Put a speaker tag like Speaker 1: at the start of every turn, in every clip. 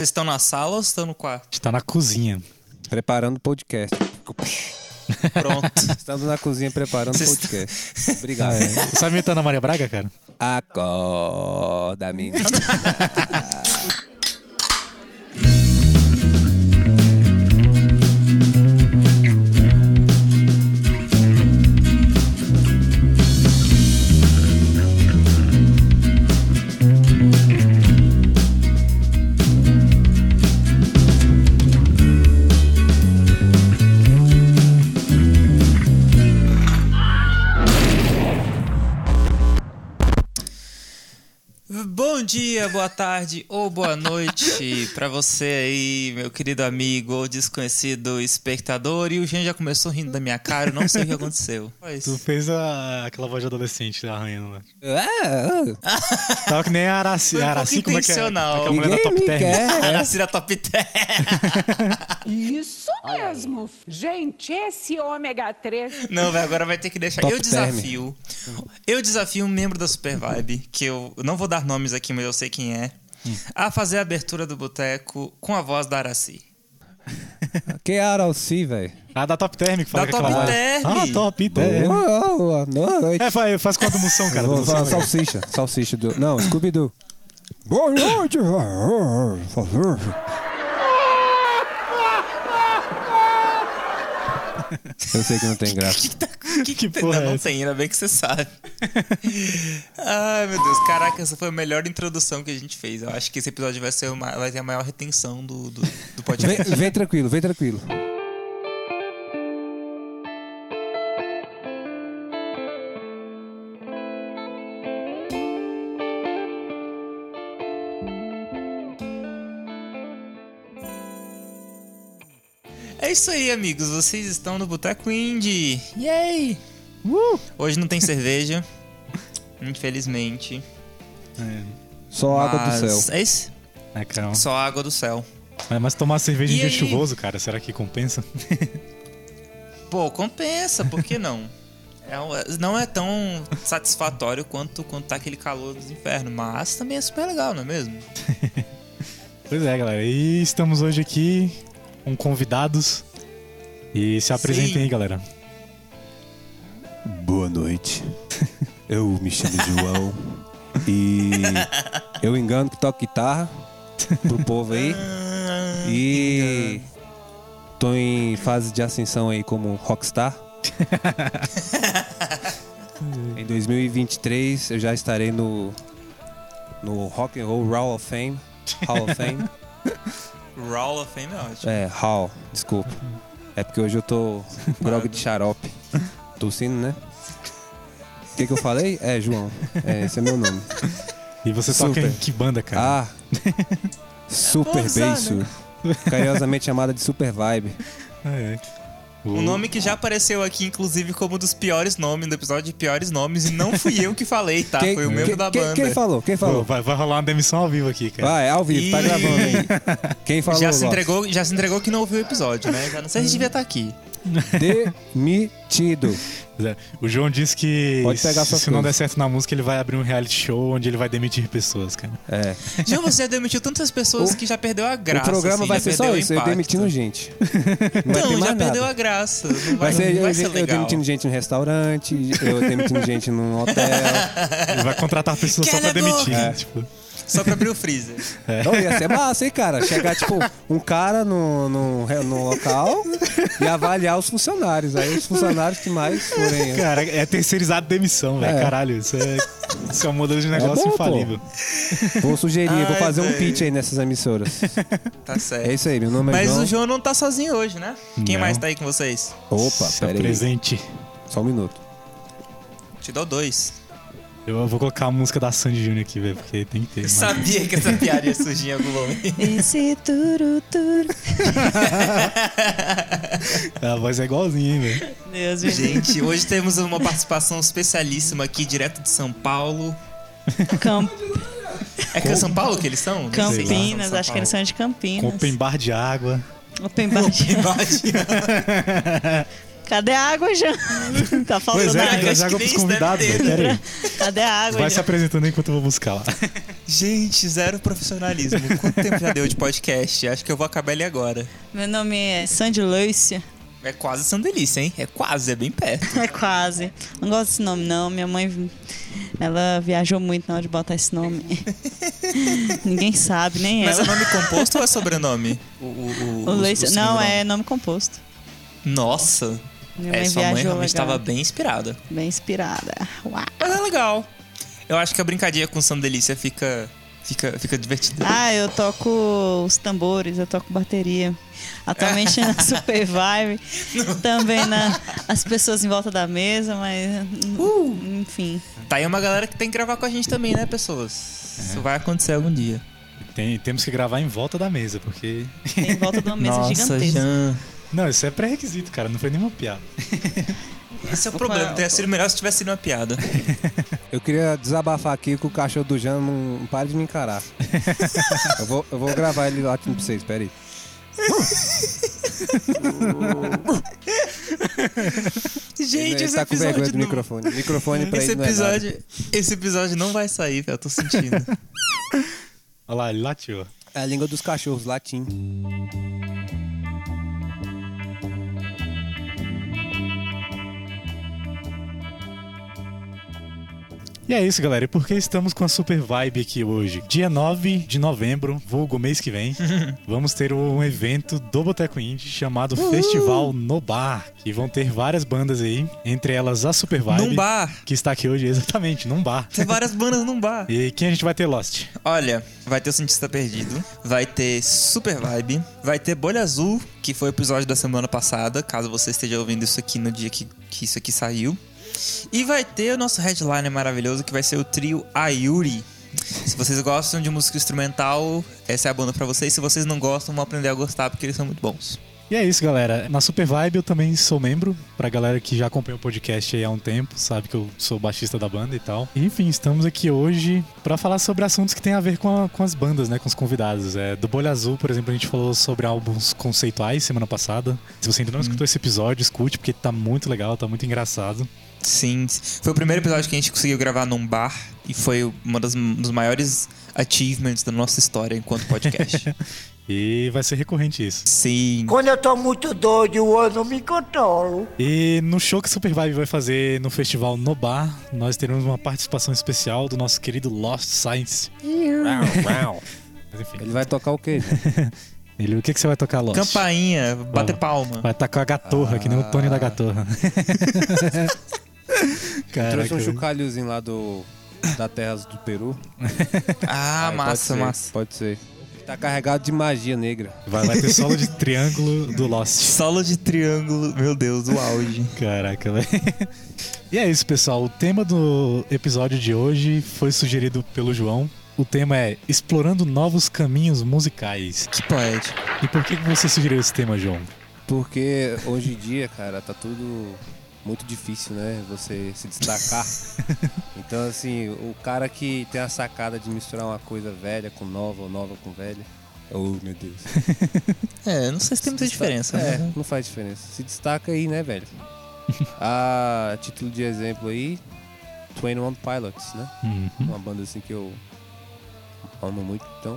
Speaker 1: Vocês estão na sala ou estão no quarto?
Speaker 2: gente tá na cozinha.
Speaker 3: Preparando o podcast.
Speaker 1: Pronto.
Speaker 3: Estamos na cozinha preparando o
Speaker 1: Vocês
Speaker 3: podcast.
Speaker 2: Ah,
Speaker 3: Obrigado.
Speaker 2: é. Sabe imitando a Maria Braga, cara?
Speaker 3: Acorda, menino.
Speaker 1: Bom dia, boa tarde ou boa noite pra você aí, meu querido amigo ou desconhecido espectador. E o Jean já começou rindo da minha cara, eu não sei o que aconteceu. Só
Speaker 2: Tu
Speaker 1: isso.
Speaker 2: fez a- aquela voz de adolescente arranhando lá. né?
Speaker 3: Ah,
Speaker 2: Tava que nem a Araci.
Speaker 1: Foi um
Speaker 2: a Araci,
Speaker 1: pouco
Speaker 2: como é que é? Como
Speaker 1: intencional.
Speaker 2: é que é a mulher da
Speaker 3: ninguém
Speaker 2: Top
Speaker 3: me
Speaker 2: 10?
Speaker 1: A
Speaker 3: quer.
Speaker 1: Nascida Top 10.
Speaker 4: Isso mesmo. Gente, esse ômega 3
Speaker 1: Não, velho, agora vai ter que deixar.
Speaker 3: Top
Speaker 1: eu desafio. Eu desafio um membro da Super Vibe, que eu eu não vou dar nomes aqui, mas eu sei quem é, a fazer a abertura do boteco com a voz da Araci.
Speaker 3: Que Aralci, velho.
Speaker 2: Ah, da Top Term que fala
Speaker 1: Da
Speaker 2: com aquela
Speaker 1: Top
Speaker 2: voz.
Speaker 1: Term.
Speaker 2: Ah, Top Term.
Speaker 3: Boa, boa noite.
Speaker 2: É, faz, faz com a do Moção, cara.
Speaker 3: Vou
Speaker 2: do Moção,
Speaker 3: falar
Speaker 2: cara.
Speaker 3: salsicha. Salsicha do... Não, Scooby-Doo. Boa noite, velho. Eu sei que não tem graça.
Speaker 1: Que,
Speaker 2: porra
Speaker 1: não,
Speaker 2: é
Speaker 1: não
Speaker 2: essa?
Speaker 1: tem, ainda bem que você sabe. Ai, meu Deus. Caraca, essa foi a melhor introdução que a gente fez. Eu acho que esse episódio vai, ser uma- vai ter a maior retenção do, do, do
Speaker 3: Vem,
Speaker 1: podcast.
Speaker 3: vem tranquilo, vem tranquilo.
Speaker 1: É isso aí, amigos. Vocês estão no Boteco Indie. Yay! Hoje não tem cerveja. Infelizmente.
Speaker 3: Só água do
Speaker 1: Mas
Speaker 3: céu.
Speaker 1: É isso?
Speaker 2: É, cara.
Speaker 1: Só água do céu.
Speaker 2: Mas- Mas tomar cerveja em
Speaker 1: E
Speaker 2: dia
Speaker 1: aí?
Speaker 2: chuvoso, cara, será que compensa?
Speaker 1: Pô, compensa, por que não? É um- não é tão satisfatório quanto, quanto tá aquele calor dos infernos, mas também é super legal, não é mesmo?
Speaker 2: Pois é, galera. E estamos hoje aqui com convidados. E se apresentem
Speaker 1: Sim.
Speaker 2: aí, galera.
Speaker 3: Boa noite. Eu me chamo João e eu engano que toco guitarra pro povo aí. E tô em fase de ascensão aí como rockstar. em 2023 eu já estarei no no Rock and Roll Hall of Fame. Hall of Fame.
Speaker 1: Roll of Fame é ótimo.
Speaker 3: É, Hall, desculpa. É porque hoje eu tô grog de xarope. Tossindo, né? O que, que eu falei? É, João. É, esse é meu nome.
Speaker 2: E você toca
Speaker 3: Super.
Speaker 2: em que banda, cara?
Speaker 3: Ah! Super
Speaker 1: Pousada.
Speaker 3: Beiço. Carinhosamente chamada de Super Vibe.
Speaker 2: É.
Speaker 1: Um nome que já apareceu aqui, inclusive, como um dos piores nomes, do episódio de piores nomes, e não fui eu que falei, tá? Foi o membro
Speaker 3: quem-
Speaker 1: da
Speaker 3: quem-
Speaker 1: banda.
Speaker 3: Quem falou? Quem
Speaker 2: Pô,
Speaker 3: falou?
Speaker 2: vai, vai rolar uma demissão ao vivo aqui, cara.
Speaker 3: Vai, ao vivo, tá
Speaker 1: Ih.
Speaker 3: gravando aí. Quem falou?
Speaker 1: já, se
Speaker 3: Lopes?
Speaker 1: entregou, já se entregou que não ouviu o episódio, né? Já não sei se devia estar aqui.
Speaker 3: Demitido.
Speaker 2: Pois é. O João disse que
Speaker 3: Pode pegar
Speaker 2: se,
Speaker 3: suas
Speaker 2: se não der
Speaker 3: coisas.
Speaker 2: certo na música, ele vai abrir um reality show onde ele vai demitir pessoas, cara.
Speaker 3: É.
Speaker 1: Já você já demitiu tantas pessoas
Speaker 3: O-
Speaker 1: que já perdeu a graça.
Speaker 3: o programa
Speaker 1: assim,
Speaker 3: vai
Speaker 1: já
Speaker 3: ser só
Speaker 1: perdeu o
Speaker 3: isso, eu
Speaker 1: impacto.
Speaker 3: demitindo gente. Não vai ter
Speaker 1: Não,
Speaker 3: mais
Speaker 1: já
Speaker 3: nada.
Speaker 1: perdeu a graça. Não vai,
Speaker 3: Vai ser,
Speaker 1: não vai
Speaker 3: eu,
Speaker 1: ser
Speaker 3: eu
Speaker 1: legal.
Speaker 3: demitindo gente no restaurante, eu demitindo gente num hotel.
Speaker 2: Ele vai contratar pessoas só
Speaker 1: Cala
Speaker 2: pra
Speaker 1: a boca!
Speaker 2: demitir.
Speaker 3: É.
Speaker 2: Tipo,
Speaker 1: Só pra abrir o freezer.
Speaker 3: Não, ia ser massa, hein, cara? Chegar, tipo, um cara no, no, no local e avaliar os funcionários. Aí os funcionários que mais forem.
Speaker 2: cara, é terceirizado demissão, velho.
Speaker 3: É.
Speaker 2: Caralho, isso é, isso é um modelo de negócio
Speaker 3: bom, pô.
Speaker 2: infalível.
Speaker 3: Vou sugerir, vou
Speaker 1: Ai,
Speaker 3: fazer um
Speaker 1: velho.
Speaker 3: pitch aí nessas emissoras.
Speaker 1: Tá certo.
Speaker 3: É isso aí, meu nome é
Speaker 1: Mas
Speaker 3: João.
Speaker 1: o João não tá sozinho hoje, né? Quem
Speaker 2: Não.
Speaker 1: mais tá aí com vocês?
Speaker 3: Opa,
Speaker 2: Se
Speaker 3: peraí.
Speaker 2: apresente.
Speaker 3: Só um minuto.
Speaker 1: Te dou dois.
Speaker 2: Eu vou colocar a música da Sandy Júnior aqui, velho, porque tem que ter.
Speaker 1: Eu
Speaker 2: mas-
Speaker 1: sabia que essa piada ia surgir em algum momento.
Speaker 5: Esse turu, turu.
Speaker 2: A voz é igualzinha, hein, velho.
Speaker 5: Deus me livre.
Speaker 1: Gente, hoje temos uma participação especialíssima aqui, direto de São Paulo.
Speaker 5: Cam-
Speaker 1: É que é São Paulo que eles são? Não sei lá,
Speaker 5: Campinas, acho que eles são de
Speaker 2: Com
Speaker 5: Campinas.
Speaker 2: open bar de água.
Speaker 5: Open bar.
Speaker 1: Imagina.
Speaker 5: Cadê a água, Jean? tá faltando
Speaker 2: Pois é,
Speaker 1: acho
Speaker 2: tem que
Speaker 5: água.
Speaker 2: trazer água
Speaker 1: que nem
Speaker 2: pros
Speaker 1: isso deve
Speaker 2: convidados, né?
Speaker 1: ter,
Speaker 2: velho. Pera aí.
Speaker 5: Cadê a água,
Speaker 2: Vai se
Speaker 5: Jean?
Speaker 2: apresentando enquanto eu vou buscar lá.
Speaker 1: Gente, zero profissionalismo. Quanto tempo já deu de podcast? Acho que eu vou acabar ele agora.
Speaker 5: Meu nome é Sandy Lúcia.
Speaker 1: É quase sandelícia, hein? É quase, é bem perto.
Speaker 5: É quase. Não gosto desse nome, não. Minha mãe, ela viajou muito na hora de botar esse nome. Ninguém sabe, nem
Speaker 1: Mas é
Speaker 5: ela.
Speaker 1: nome composto ou é sobrenome? O, o,
Speaker 5: O Lúcia-
Speaker 1: o
Speaker 5: não,
Speaker 1: sobrenome.
Speaker 5: é nome composto.
Speaker 1: Nossa.
Speaker 5: Minha
Speaker 1: é,
Speaker 5: mãe
Speaker 1: sua mãe
Speaker 5: viajou
Speaker 1: realmente
Speaker 5: legal.
Speaker 1: estava bem inspirada.
Speaker 5: Bem inspirada. Uau.
Speaker 1: Mas é legal. Eu acho que a brincadinha com sandelícia fica, fica, fica divertida.
Speaker 5: Ah, eu toco os tambores, eu toco bateria. Atualmente na Super Vibe, também na as pessoas em volta da mesa, mas enfim.
Speaker 1: Tá aí uma galera que tem que gravar com a gente também, né, pessoas? Isso vai acontecer algum dia.
Speaker 2: Tem- temos que gravar em volta da mesa, porque.
Speaker 5: Em volta de uma mesa
Speaker 1: Nossa,
Speaker 5: gigantesca.
Speaker 1: Jean.
Speaker 2: Não, isso é pré-requisito, cara. Não foi nenhuma piada.
Speaker 1: Esse é o problema. Teria sido melhor se tivesse sido uma piada.
Speaker 3: Eu queria desabafar aqui que o cachorro do Jean não, não para de me encarar. eu, vou, eu vou gravar ele latindo pra vocês, peraí.
Speaker 1: Gente,
Speaker 3: ele
Speaker 1: esse
Speaker 3: tá com
Speaker 1: episódio.
Speaker 3: vergonha do
Speaker 1: não-
Speaker 3: microfone. Microfone pra
Speaker 1: Esse
Speaker 3: ele não é nada.
Speaker 1: episódio, esse episódio não vai sair, eu tô sentindo.
Speaker 2: Olha lá, ele latiu. ó.
Speaker 3: É a língua dos cachorros, latim.
Speaker 2: E é isso, galera. E por que estamos com a Super Vibe aqui hoje? Dia 9 de novembro, vulgo mês que vem, vamos ter um evento do Boteco Indie chamado Festival no Bar. Que vão ter várias bandas aí, entre elas a Super Vibe.
Speaker 1: num bar.
Speaker 2: Que está aqui hoje, exatamente, num bar.
Speaker 1: Tem várias bandas num bar.
Speaker 2: E quem a gente vai ter, Lost?
Speaker 1: Olha, vai ter o Cientista Perdido, vai ter Super Vibe, vai ter Bolha Azul, que foi o episódio da semana passada, caso você esteja ouvindo isso aqui no dia que, que isso aqui saiu. E vai ter o nosso headliner maravilhoso, que vai ser o trio Ayuri. Se vocês gostam de música instrumental, essa é a banda pra vocês. Se vocês não gostam, vão aprender a gostar, porque eles são muito bons.
Speaker 2: E é isso, galera. Na Super Vibe eu também sou membro. Pra galera que já acompanha o podcast aí há um tempo, sabe que eu sou baixista da banda e tal. Enfim, estamos aqui hoje pra falar sobre assuntos que tem a ver com, a- com as bandas, né? Com os convidados. É, do Bolha Azul, por exemplo, a gente falou sobre álbuns conceituais semana passada. Se você ainda não escutou esse episódio, escute, porque tá muito legal, tá muito engraçado.
Speaker 1: Sim, foi o primeiro episódio que a gente conseguiu gravar num bar e foi um dos maiores achievements da nossa história enquanto podcast.
Speaker 2: E vai ser recorrente isso.
Speaker 1: Sim.
Speaker 6: Quando eu tô muito doido, eu não me controlo.
Speaker 2: E no show que Super Vibe vai fazer no festival No Bar, nós teremos uma participação especial do nosso querido Lost Science. Mas enfim.
Speaker 3: Ele vai tocar o quê?
Speaker 2: Ele, o que, que você vai tocar, Lost?
Speaker 1: Campainha, bater palma.
Speaker 2: Vai tacar a gatorra, que nem o Tony da gatorra.
Speaker 3: Trouxe um
Speaker 2: Caraca.
Speaker 3: chocalhozinho lá do. Da terra do Peru.
Speaker 1: Ah,
Speaker 3: Aí,
Speaker 1: massa,
Speaker 3: pode ser,
Speaker 1: massa.
Speaker 3: Pode ser. Tá carregado de magia negra.
Speaker 2: Vai, vai ter solo de triângulo do Lost.
Speaker 1: Solo de triângulo, meu Deus, o auge.
Speaker 2: Caraca, velho. E é isso, pessoal. O tema do episódio de hoje foi sugerido pelo João. O tema é Explorando Novos Caminhos Musicais.
Speaker 1: Que poético.
Speaker 2: E por que que você sugeriu esse tema, João?
Speaker 3: Porque hoje em dia, cara, tá tudo muito difícil, né? Você se destacar. Então, assim, o cara que tem a sacada de misturar uma coisa velha com nova ou nova com velha. Oh, meu Deus.
Speaker 1: É, não sei se tem muita diferença,
Speaker 3: É,
Speaker 1: né?
Speaker 3: não faz diferença. Se destaca aí, né, velho? A título de exemplo aí, 21 Pilots, né?
Speaker 2: Uhum.
Speaker 3: Uma banda assim que eu amo muito, então.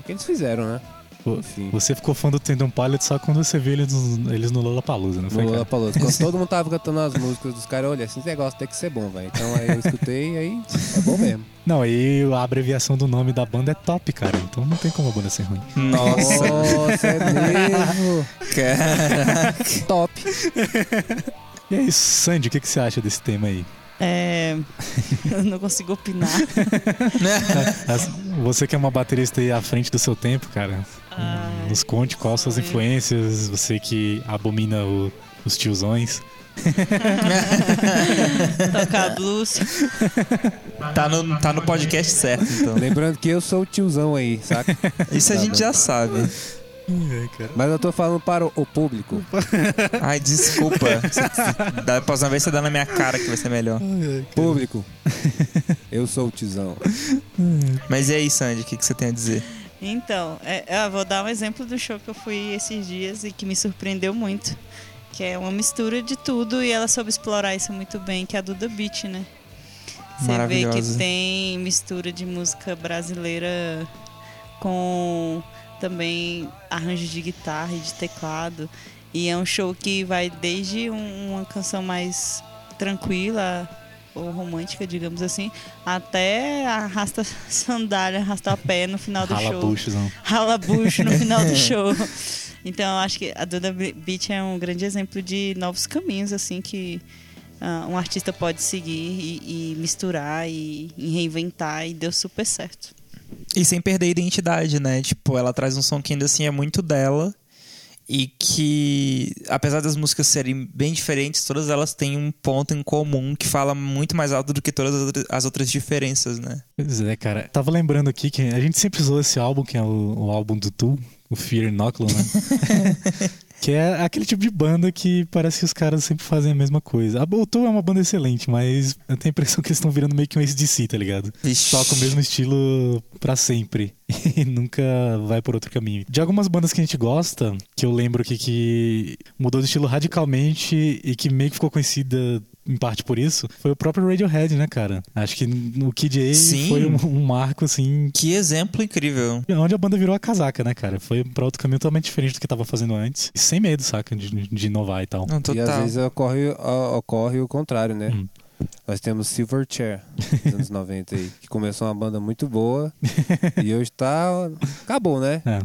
Speaker 3: O que eles fizeram, né?
Speaker 2: Pô,
Speaker 3: Enfim.
Speaker 2: Você ficou fã do Tendon Pilot só quando você viu eles, no- eles no Lollapalooza, não foi,
Speaker 3: No
Speaker 2: cara?
Speaker 3: Lollapalooza. Quando todo mundo tava cantando as músicas dos caras, olha, esse negócio tem que ser bom, velho. Então aí eu escutei e aí é bom mesmo.
Speaker 2: Não, e a abreviação do nome da banda é top, cara. Então não tem como a banda ser ruim.
Speaker 1: Nossa,
Speaker 3: Nossa, é mesmo.
Speaker 1: cara.
Speaker 3: Top.
Speaker 2: E é isso, Sandy, o que, que você acha desse tema aí?
Speaker 5: É, eu não consigo opinar.
Speaker 2: As- Você que é uma baterista aí à frente do seu tempo, cara, nos conte quais suas influências, você que abomina o- os tiozões.
Speaker 1: É.
Speaker 5: Tocar blues.
Speaker 1: tá, no, tá no podcast certo, então.
Speaker 3: Lembrando que eu sou o tiozão aí, saca?
Speaker 1: Isso a
Speaker 3: Tá
Speaker 1: gente já sabe.
Speaker 3: Mas eu tô falando para o- o público.
Speaker 1: Ai, desculpa. Da próxima vez você dá na minha cara que vai ser melhor.
Speaker 3: Público. Eu sou o tiozão.
Speaker 1: Mas e aí, Sandy, o que, que você tem a dizer?
Speaker 5: Então, é, eu vou dar um exemplo do show que eu fui esses dias e que me surpreendeu muito. Que é uma mistura de tudo e ela soube explorar isso muito bem, que é a Duda Beat, né? Você vê que
Speaker 1: Maravilhosa.
Speaker 5: tem mistura de música brasileira com também arranjos de guitarra e de teclado. E é um show que vai desde um- uma canção mais tranquila ou romântica, digamos assim, até arrasta sandália, arrasta a pé no final do
Speaker 2: Rala
Speaker 5: show
Speaker 2: buchos, não.
Speaker 5: rala bucho no final do show. Então, eu acho que a Duda Be- Beach é um grande exemplo de novos caminhos, assim, que ah, um artista pode seguir e, e misturar e, e reinventar, e deu super certo.
Speaker 1: E sem perder a identidade, né? Tipo, ela traz um som que ainda assim é muito dela. E que, apesar das músicas serem bem diferentes, todas elas têm um ponto em comum que fala muito mais alto do que todas as outras- as outras diferenças, né?
Speaker 2: Pois é, cara. Tava lembrando aqui que a gente sempre usou esse álbum, que é o, o álbum do Tool, o Fear Inoculum, né? que é aquele tipo de banda que parece que os caras sempre fazem a mesma coisa. A, o Tool é uma banda excelente, mas eu tenho a impressão que eles estão virando meio que um ACDC, tá ligado? Toca o mesmo estilo pra sempre e nunca vai por outro caminho. De algumas bandas que a gente gosta, que eu lembro aqui que mudou de estilo radicalmente e que meio que ficou conhecida em parte por isso, foi o próprio Radiohead, né, cara? Acho que no Kid A
Speaker 1: Sim.
Speaker 2: foi um, um marco, assim, é
Speaker 1: Que exemplo incrível.
Speaker 2: onde a banda virou a casaca, né, cara? Foi pra outro caminho totalmente diferente do que tava fazendo antes. E sem medo, saca? De, de inovar e tal.
Speaker 1: Não,
Speaker 3: E às
Speaker 1: total.
Speaker 3: vezes ocorre, o- ocorre o contrário, né?
Speaker 2: Hum.
Speaker 3: Nós temos Silverchair, dos anos 90 aí, que começou uma banda muito boa e hoje tá. Acabou, né?
Speaker 2: É.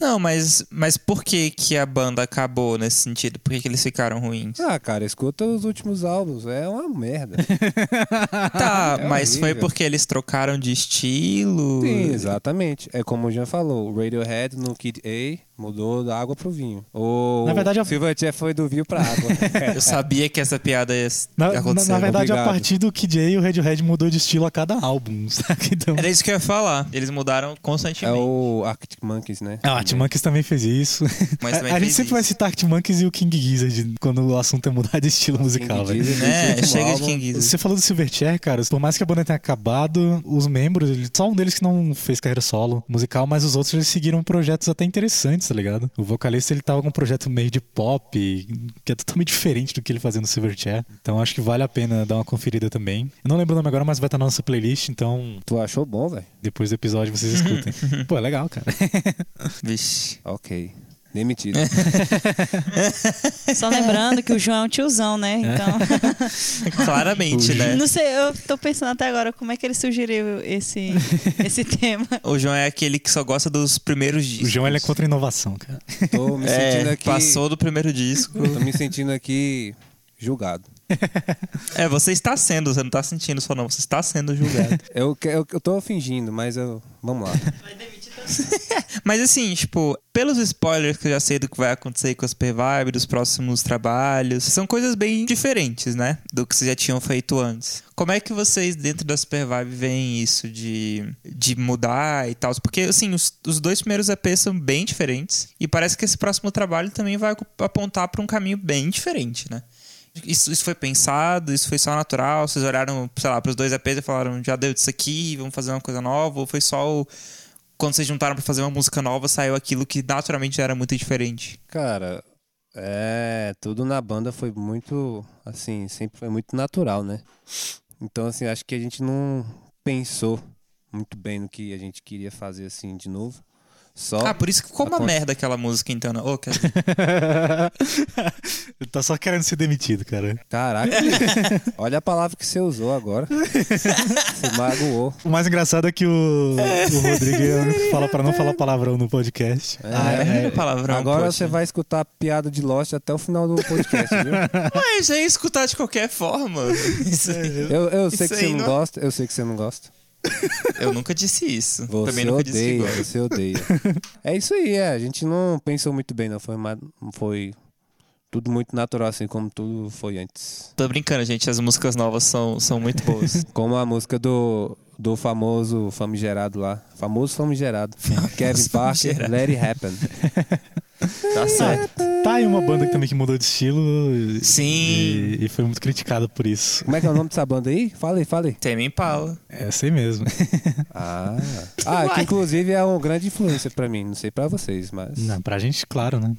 Speaker 1: Não, mas, mas por que, que a banda acabou nesse sentido? Por que, que eles ficaram ruins?
Speaker 3: Ah, cara, escuta os últimos álbuns, é uma merda.
Speaker 1: Tá,
Speaker 3: É
Speaker 1: mas foi
Speaker 3: horrível.
Speaker 1: porque eles trocaram de estilo.
Speaker 3: Sim, exatamente. É como o Jean falou, o Radiohead no Kid A mudou da água pro vinho. O
Speaker 2: Na verdade, eu-
Speaker 3: Silverchair foi do vinho pra água.
Speaker 1: Eu sabia que essa piada ia s-
Speaker 2: Na, na,
Speaker 1: acontecer.
Speaker 2: na verdade,
Speaker 3: Obrigado.
Speaker 2: a partir do Kid A, o Radiohead mudou de estilo a cada álbum, saca? Então...
Speaker 1: Era isso que eu ia falar. Eles mudaram
Speaker 3: é
Speaker 1: constantemente.
Speaker 3: o Arctic Monkeys, né?
Speaker 2: Ah, o Arctic Monkeys também fez isso.
Speaker 1: Mas
Speaker 2: a
Speaker 1: também
Speaker 2: a gente
Speaker 1: fez
Speaker 2: sempre vai
Speaker 1: isso.
Speaker 2: citar Arctic Monkeys e o King Gizzard quando o assunto é mudar de estilo musical,
Speaker 3: King
Speaker 2: velho.
Speaker 3: Gizzard,
Speaker 1: É,
Speaker 2: né?
Speaker 3: esse último
Speaker 1: chega de
Speaker 3: álbum.
Speaker 1: King Gizzard.
Speaker 2: Você falou do Silverchair, cara. Por mais que a banda tenha acabado, os membros, ele- só um deles que não fez carreira solo musical, mas os outros eles seguiram projetos até interessantes, tá ligado? O vocalista ele tava com um projeto meio de pop, que é totalmente diferente do que ele fazia no Silverchair. Então acho que vale a pena dar uma conferida também. Eu não lembro o nome agora, mas vai estar na nossa playlist, então
Speaker 3: Tu achou bom, velho?
Speaker 2: depois do episódio vocês escutem. Pô, é legal, cara.
Speaker 1: Vixe.
Speaker 3: Ok. Demitido.
Speaker 5: Só lembrando que o João é um tiozão, né? Então,
Speaker 1: Claramente, né?
Speaker 5: não sei, eu tô pensando até agora como é que ele sugeriu esse, esse tema.
Speaker 1: O João é aquele que só gosta dos primeiros discos.
Speaker 2: O João ele é contra a inovação, cara.
Speaker 3: Tô me sentindo
Speaker 1: É,
Speaker 3: aqui.
Speaker 1: passou do primeiro disco.
Speaker 3: Tô me sentindo aqui julgado.
Speaker 1: É, você está sendo, você não está sentindo só não, você está sendo julgado.
Speaker 3: Eu, que- eu, eu tô fingindo, mas eu. Vamos lá.
Speaker 1: Mas assim, tipo, pelos spoilers que eu já sei do que vai acontecer com a Super Vibe, dos próximos trabalhos, são coisas bem diferentes, né? Do que vocês já tinham feito antes. Como é que vocês, dentro da Super Vibe, veem isso de, de mudar e tal? Porque, assim, os, os dois primeiros EPs são bem diferentes. E parece que esse próximo trabalho também vai apontar para um caminho bem diferente, né? Isso, isso foi pensado, isso foi só natural? Vocês olharam, sei lá, pros dois EPs e falaram, já deu disso aqui, vamos fazer uma coisa nova? Ou foi só o, quando vocês juntaram pra fazer uma música nova, saiu aquilo que naturalmente já era muito diferente.
Speaker 3: Cara, é. Tudo na banda foi muito. Assim, sempre foi muito natural, né? Então, assim, acho que a gente não pensou muito bem no que a gente queria fazer, assim, de novo. Só.
Speaker 1: Ah, por isso que ficou uma
Speaker 3: Aconte-
Speaker 1: merda aquela música, então. né? Ô, quer dizer,
Speaker 2: ele tá só querendo ser demitido, cara.
Speaker 3: Caraca, olha a palavra que você usou agora. Você magoou.
Speaker 2: O mais engraçado é que o, o Rodrigo fala pra não falar palavrão no podcast.
Speaker 1: ah, é,
Speaker 3: é.
Speaker 1: palavrão.
Speaker 3: Agora
Speaker 1: poxa.
Speaker 3: você vai escutar a piada de Lost até o final do podcast, viu?
Speaker 1: Mas Ah, já ia escutar de qualquer forma. Isso aí.
Speaker 3: Eu, eu
Speaker 1: Isso
Speaker 3: sei que
Speaker 1: aí
Speaker 3: você não
Speaker 1: não- é-
Speaker 3: gosta, eu sei que você não gosta.
Speaker 1: Eu nunca disse isso.
Speaker 3: Você
Speaker 1: Também nunca disse que
Speaker 3: odeia,
Speaker 1: gosto.
Speaker 3: você odeia. é isso aí, é. A gente não pensou muito bem, não. Foi, ma- foi tudo muito natural, assim como tudo foi antes.
Speaker 1: Tô brincando, gente. As músicas novas são, são muito boas.
Speaker 3: Como a música do, do famoso famigerado lá. Famoso famigerado. Kevin Parker,
Speaker 1: famigerado.
Speaker 3: Let It Happen.
Speaker 1: tá certo.
Speaker 2: Tá aí uma banda que também que mudou de estilo. e-
Speaker 1: Sim.
Speaker 2: E, e foi muito criticada por isso.
Speaker 3: Como é que é o nome dessa banda aí? Fala aí, fala aí.
Speaker 1: Tem Impala.
Speaker 2: É assim mesmo.
Speaker 3: Ah, ah que inclusive é uma grande influência pra mim. Não sei pra vocês, mas...
Speaker 2: Não, pra gente, claro, né?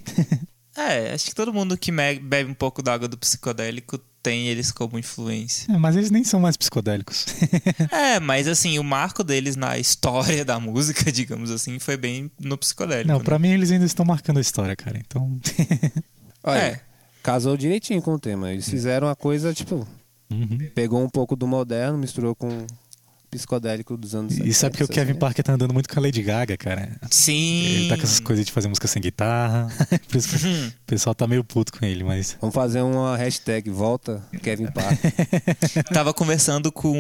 Speaker 1: É, acho que todo mundo que me- bebe um pouco da água do psicodélico tem eles como influência.
Speaker 2: É, mas eles nem são mais psicodélicos.
Speaker 1: É, mas assim, o marco deles na história da música, digamos assim, foi bem no psicodélico.
Speaker 2: Não,
Speaker 1: né?
Speaker 2: pra mim eles ainda estão marcando a história, cara. Então.
Speaker 3: Olha,
Speaker 1: É.
Speaker 3: casou direitinho com o tema. Eles fizeram uma coisa, tipo,
Speaker 2: Hum. Uhum.
Speaker 3: pegou um pouco do moderno, misturou com o psicodélico dos anos 70.
Speaker 2: E sabe que é o Kevin Parker tá andando muito com a Lady Gaga, cara.
Speaker 1: Sim. Uhum.
Speaker 2: Ele tá com essas coisas de fazer música sem guitarra. Por isso que o pessoal tá meio puto com ele, mas.
Speaker 3: Vamos fazer uma hashtag volta Kevin Parker.
Speaker 1: Tava conversando com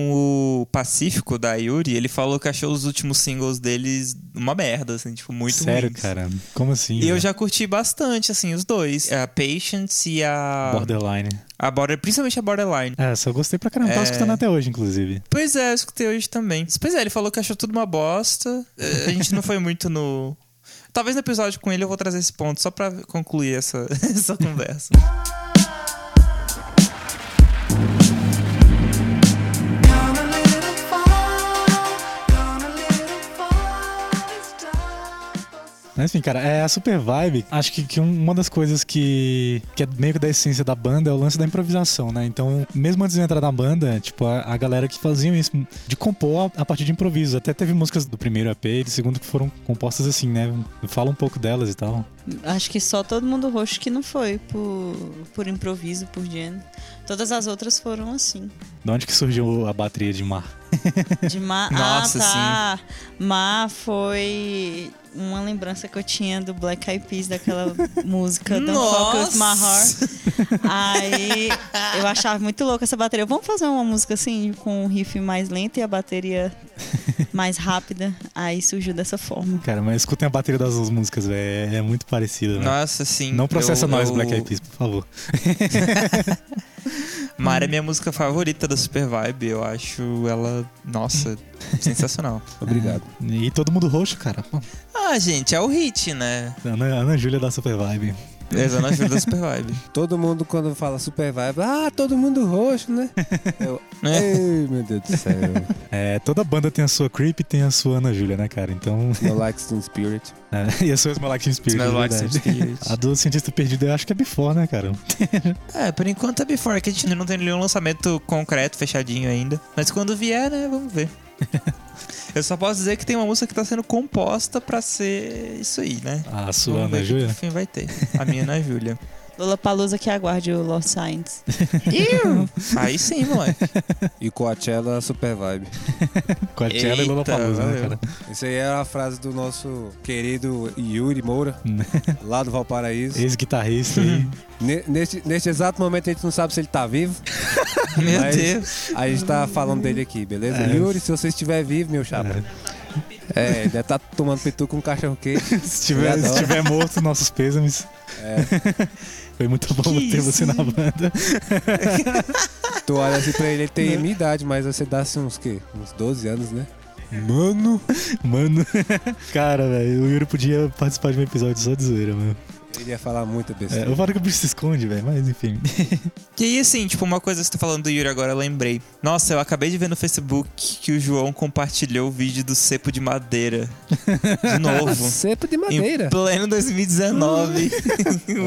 Speaker 1: o Pacífico da Yuri, ele falou que achou os últimos singles deles uma merda, assim, tipo, muito
Speaker 2: Sério,
Speaker 1: ruins.
Speaker 2: cara. Como assim?
Speaker 1: E eu
Speaker 2: né?
Speaker 1: já curti bastante, assim, os dois. A Patience e a.
Speaker 2: Borderline.
Speaker 1: A Border, principalmente a Borderline.
Speaker 2: É, só gostei pra caramba. Tava
Speaker 1: É.
Speaker 2: escutando até hoje, inclusive.
Speaker 1: Pois é, eu escutei hoje também. Pois é, ele falou que achou tudo uma bosta. É, A gente não foi muito no. Talvez no episódio com ele eu vou trazer esse ponto, só pra concluir essa, essa conversa.
Speaker 2: Mas enfim, cara, é a super vibe. Acho que, que um- uma das coisas que, que é meio que da essência da banda é o lance da improvisação, né? Então, mesmo antes de eu entrar na banda, tipo, a, a galera que faziam isso, de compor a, a partir de improviso. Até teve músicas do primeiro EP e do segundo que foram compostas assim, né? Fala um pouco delas e tal.
Speaker 5: Acho que só todo mundo roxo que não foi por, por improviso, por Jen. Todas as outras foram assim.
Speaker 2: De onde que surgiu a bateria de mar?
Speaker 5: De Ma...
Speaker 1: Nossa,
Speaker 5: ah, tá. Ma foi uma lembrança que eu tinha do Black Eyed Peas, daquela música Don't Fuck With My Heart. Aí eu achava muito louca essa bateria. Vamos fazer uma música assim, com um riff mais lento e a bateria mais rápida. Aí surgiu dessa forma.
Speaker 2: Cara, mas escutem a bateria das duas músicas, velho. É muito parecida, né?
Speaker 1: Nossa, sim.
Speaker 2: Não processa
Speaker 1: eu-
Speaker 2: nós,
Speaker 1: eu-
Speaker 2: Black Eyed Peas, por favor.
Speaker 1: Mara é minha música favorita da Super Vibe. Eu acho ela, nossa, sensacional.
Speaker 3: Obrigado.
Speaker 2: E todo mundo roxo, cara. Pô,
Speaker 1: Ah, gente, é o hit, né?
Speaker 2: Ana, Ana Júlia da Super Vibe.
Speaker 1: Exana Júlia da Super Vibe.
Speaker 3: Todo mundo quando fala super vibe, ah, todo mundo roxo, né? Eu,
Speaker 1: É.
Speaker 3: Ei, meu Deus do céu.
Speaker 2: É, toda banda tem a sua creep e tem a sua Ana Júlia, né, cara? Então.
Speaker 3: No Likes in Spirit.
Speaker 2: É, e a sua Smell Like Teen Spirit.
Speaker 1: Smell
Speaker 2: é
Speaker 1: Like
Speaker 2: verdade.
Speaker 1: Teen Spirit.
Speaker 2: A do Cientista Perdido eu acho que é Before, né, cara?
Speaker 1: É, por enquanto é Before, que a gente não tem nenhum lançamento concreto, fechadinho ainda. Mas quando vier, né, vamos ver. Eu só posso dizer que tem uma música que tá sendo composta pra ser isso aí, né?
Speaker 2: A
Speaker 1: Vamos
Speaker 2: sua
Speaker 1: ver o
Speaker 2: Ana
Speaker 1: que
Speaker 2: Júlia.
Speaker 1: No fim vai ter. A minha Ana Júlia.
Speaker 5: Lola Palusa que aguarde o Lost Science.
Speaker 1: Aí sim, moleque.
Speaker 3: E Coachella, super vibe.
Speaker 2: Coachella e
Speaker 1: Eita,
Speaker 2: Lola Palusa, né,
Speaker 1: valeu.
Speaker 2: cara?
Speaker 3: Isso aí é a frase do nosso querido Yuri Moura,
Speaker 2: Hum.
Speaker 3: lá do Valparaíso.
Speaker 2: Ex-guitarrista aí.
Speaker 3: Ne- Neste, neste exato momento a gente não sabe se ele tá vivo.
Speaker 1: Meu
Speaker 3: Mas-
Speaker 1: Deus.
Speaker 3: A gente tá falando dele aqui, beleza?
Speaker 2: É.
Speaker 3: Yuri, se você estiver vivo, meu chapa. É, deve estar tomando pitu com um cachorro quente.
Speaker 2: se, tiver,
Speaker 3: Obrigado.
Speaker 2: se tiver morto, nossos pêsames. É. Foi muito bom
Speaker 1: Que
Speaker 2: ter
Speaker 1: isso,
Speaker 2: você na banda.
Speaker 3: Tu olha assim pra ele, ele tem minha idade, mas você dá assim uns quê? Uns 12 anos, né? Mano!
Speaker 2: Mano. Cara, velho, o Yuri podia participar de um episódio só de zoeira, mano.
Speaker 3: Ele ia falar muita
Speaker 2: É,
Speaker 3: besteira.
Speaker 2: eu falo que o bicho se esconde, velho, mas enfim.
Speaker 1: E aí, assim, tipo, uma coisa que você tá falando do Yuri agora, eu lembrei. Nossa, eu acabei de ver no Facebook que o João compartilhou o vídeo do cepo de madeira. De novo.
Speaker 3: Cepo de
Speaker 1: em
Speaker 3: madeira.
Speaker 1: pleno 2019.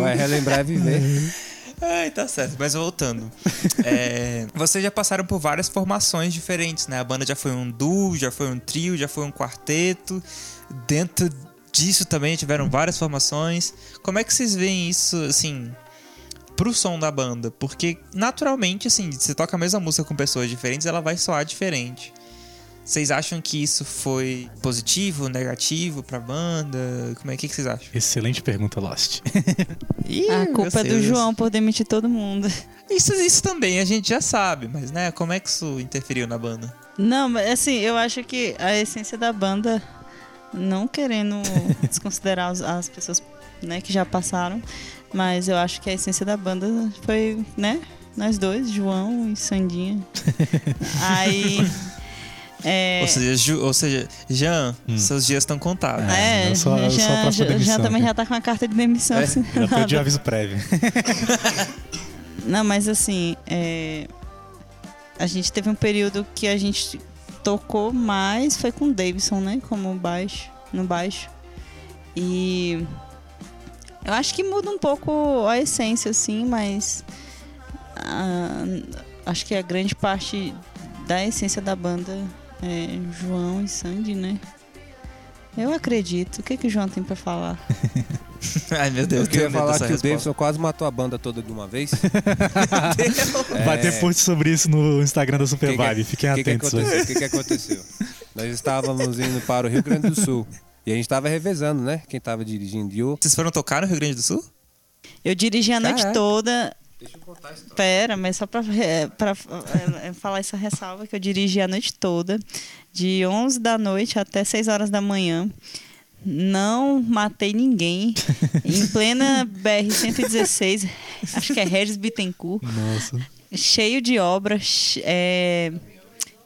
Speaker 3: Vai relembrar e viver.
Speaker 1: Ai, tá certo. Mas voltando. É, vocês já passaram por várias formações diferentes, né? A banda já foi um duo, já foi um trio, já foi um quarteto. Dentro disso também tiveram várias formações. Como é que vocês veem isso, assim, pro som da banda? Porque, naturalmente, assim, você toca a mesma música com pessoas diferentes, ela vai soar diferente. Vocês acham que isso foi positivo, negativo pra banda? Como é que, que vocês acham?
Speaker 2: Excelente pergunta, Lost.
Speaker 1: Ih,
Speaker 5: A
Speaker 1: eu
Speaker 5: culpa é
Speaker 1: sei,
Speaker 5: do
Speaker 1: eu sei.
Speaker 5: João por demitir todo mundo.
Speaker 1: Isso, isso também a gente já sabe, mas né, como é que isso interferiu na banda?
Speaker 5: Não, mas assim, eu acho que a essência da banda, não querendo desconsiderar os- as pessoas né, que já passaram, mas eu acho que a essência da banda foi, né? Nós dois, João e Sandinha. Aí. É,
Speaker 1: Ou, seja, Ju- ou seja, Jean, seus dias estão contados.
Speaker 2: É.
Speaker 5: é,
Speaker 2: eu sou- eu sou a
Speaker 5: Jean,
Speaker 2: próxima
Speaker 5: Jean- Jean
Speaker 2: demissão
Speaker 5: também
Speaker 2: aqui.
Speaker 5: já tá com a carta de demissão. assim.
Speaker 2: Já perdi o aviso prévio.
Speaker 5: Não, mas assim, é, a gente teve um período que a gente tocou mais, foi com o Davidson, né? Como baixo, no baixo. E Eu acho que muda um pouco a essência, assim, mas ah, acho que a grande parte da essência da banda é João e Sandy, né? Eu acredito. O que, que o João tem pra falar?
Speaker 1: Ai, meu Deus,
Speaker 3: Eu queria
Speaker 1: tenho medo
Speaker 3: falar
Speaker 1: dessa
Speaker 3: que o
Speaker 1: resposta.
Speaker 3: Davidson quase matou a banda toda de uma vez.
Speaker 2: Vai ter post sobre isso no Instagram da Super
Speaker 3: É. Que que-
Speaker 2: Vibe. Fiquem
Speaker 3: que que
Speaker 2: atentos.
Speaker 3: aconteceu?
Speaker 2: velho.
Speaker 3: O que, que aconteceu? Nós estávamos indo para o Rio Grande do Sul. E a gente estava revezando, né? Quem estava dirigindo. E eu...
Speaker 1: Vocês foram tocar no Rio Grande do Sul?
Speaker 5: Eu dirigi a noite
Speaker 1: Caraca.
Speaker 5: toda. Pera, mas só pra, é, pra é, é, falar essa ressalva que eu dirigi a noite toda, de 11 da noite até 6 horas da manhã. Não matei ninguém. em plena BR-116, acho que é Regis Bittencourt,
Speaker 2: Nossa.
Speaker 5: cheio de obras, é,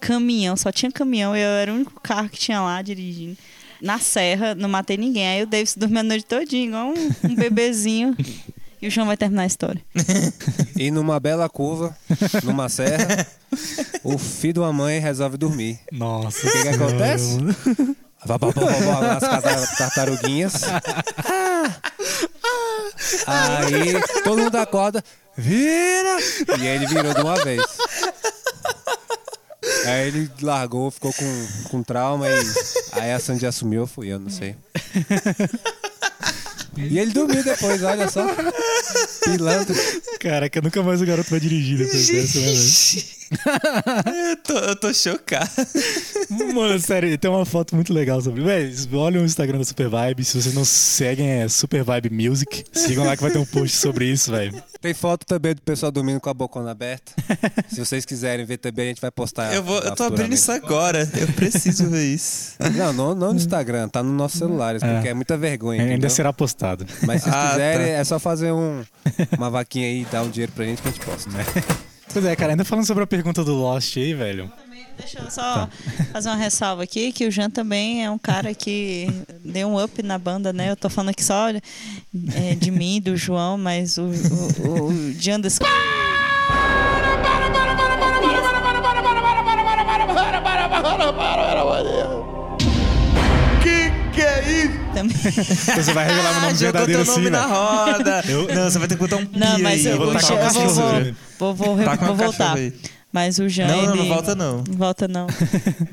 Speaker 5: caminhão, só tinha caminhão, eu era o único carro que tinha lá dirigindo. Na serra, não matei ninguém. Aí o Davis dormiu a noite todinha, igual um, um bebezinho. E o João vai terminar a história.
Speaker 3: E numa bela curva, numa serra, o filho de uma mãe resolve dormir.
Speaker 2: Nossa.
Speaker 3: O que, que
Speaker 2: senhora,
Speaker 3: acontece?
Speaker 2: mano.
Speaker 3: Vá, vá, vá, vá, vá, As catar- tartaruguinhas. Aí todo mundo acorda, vira! E aí ele virou de uma vez. Aí ele largou, ficou com, com trauma e aí a Sandy assumiu, fui eu, não sei. E ele dormiu depois, olha só. Pilantra.
Speaker 2: Caraca, nunca mais o garoto vai dirigir depois dessa, né, velho?
Speaker 1: eu, tô, eu tô chocado.
Speaker 2: Mano, sério, tem uma foto muito legal sobre. Véi, olhem o Instagram da Super Vibe. Se vocês não seguem, é Super Vibe Music. Sigam lá que vai ter um post sobre isso, velho.
Speaker 3: Tem foto também do pessoal dormindo com a bocona aberta. Se vocês quiserem ver também, a gente vai postar.
Speaker 1: Eu, vou, eu tô abrindo
Speaker 3: futuramente.
Speaker 1: isso agora. Eu preciso ver isso.
Speaker 3: Não, não, não no Instagram, tá nos nossos celulares, porque é muita vergonha.
Speaker 2: Ainda
Speaker 3: entendeu?
Speaker 2: será postado.
Speaker 3: Mas se vocês
Speaker 1: Ah,
Speaker 3: quiserem,
Speaker 1: tá.
Speaker 3: é só fazer um, uma vaquinha aí e dar um dinheiro pra gente que a gente posta.
Speaker 2: Pois é, cara, ainda falando sobre a pergunta do Lost aí, velho.
Speaker 5: Deixa eu só fazer uma ressalva aqui, que o Jean também é um cara que deu um up na banda, né? Eu tô falando aqui só é, de mim, do João, mas o, o, o, o Jean das- também.
Speaker 2: Então você vai revelar
Speaker 3: Ah,
Speaker 2: o nome
Speaker 1: Jogou
Speaker 2: verdadeiro
Speaker 1: teu
Speaker 2: assim, sim,
Speaker 1: nome na
Speaker 2: velho.
Speaker 1: roda.
Speaker 2: Eu-
Speaker 1: Não, você vai ter que botar um pi
Speaker 5: Não, mas
Speaker 1: aí.
Speaker 5: eu,
Speaker 2: vou
Speaker 5: vou,
Speaker 1: botar
Speaker 2: tacar
Speaker 1: um
Speaker 5: eu vou,
Speaker 1: cachorro.
Speaker 5: vou, Tá
Speaker 2: aí.
Speaker 5: vou, vou-
Speaker 1: Taca
Speaker 5: vou
Speaker 1: um cachorro
Speaker 5: voltar.
Speaker 1: aí.
Speaker 5: Mas o Jean.
Speaker 1: Não, não, não
Speaker 5: ele-
Speaker 1: volta não.
Speaker 5: Volta não.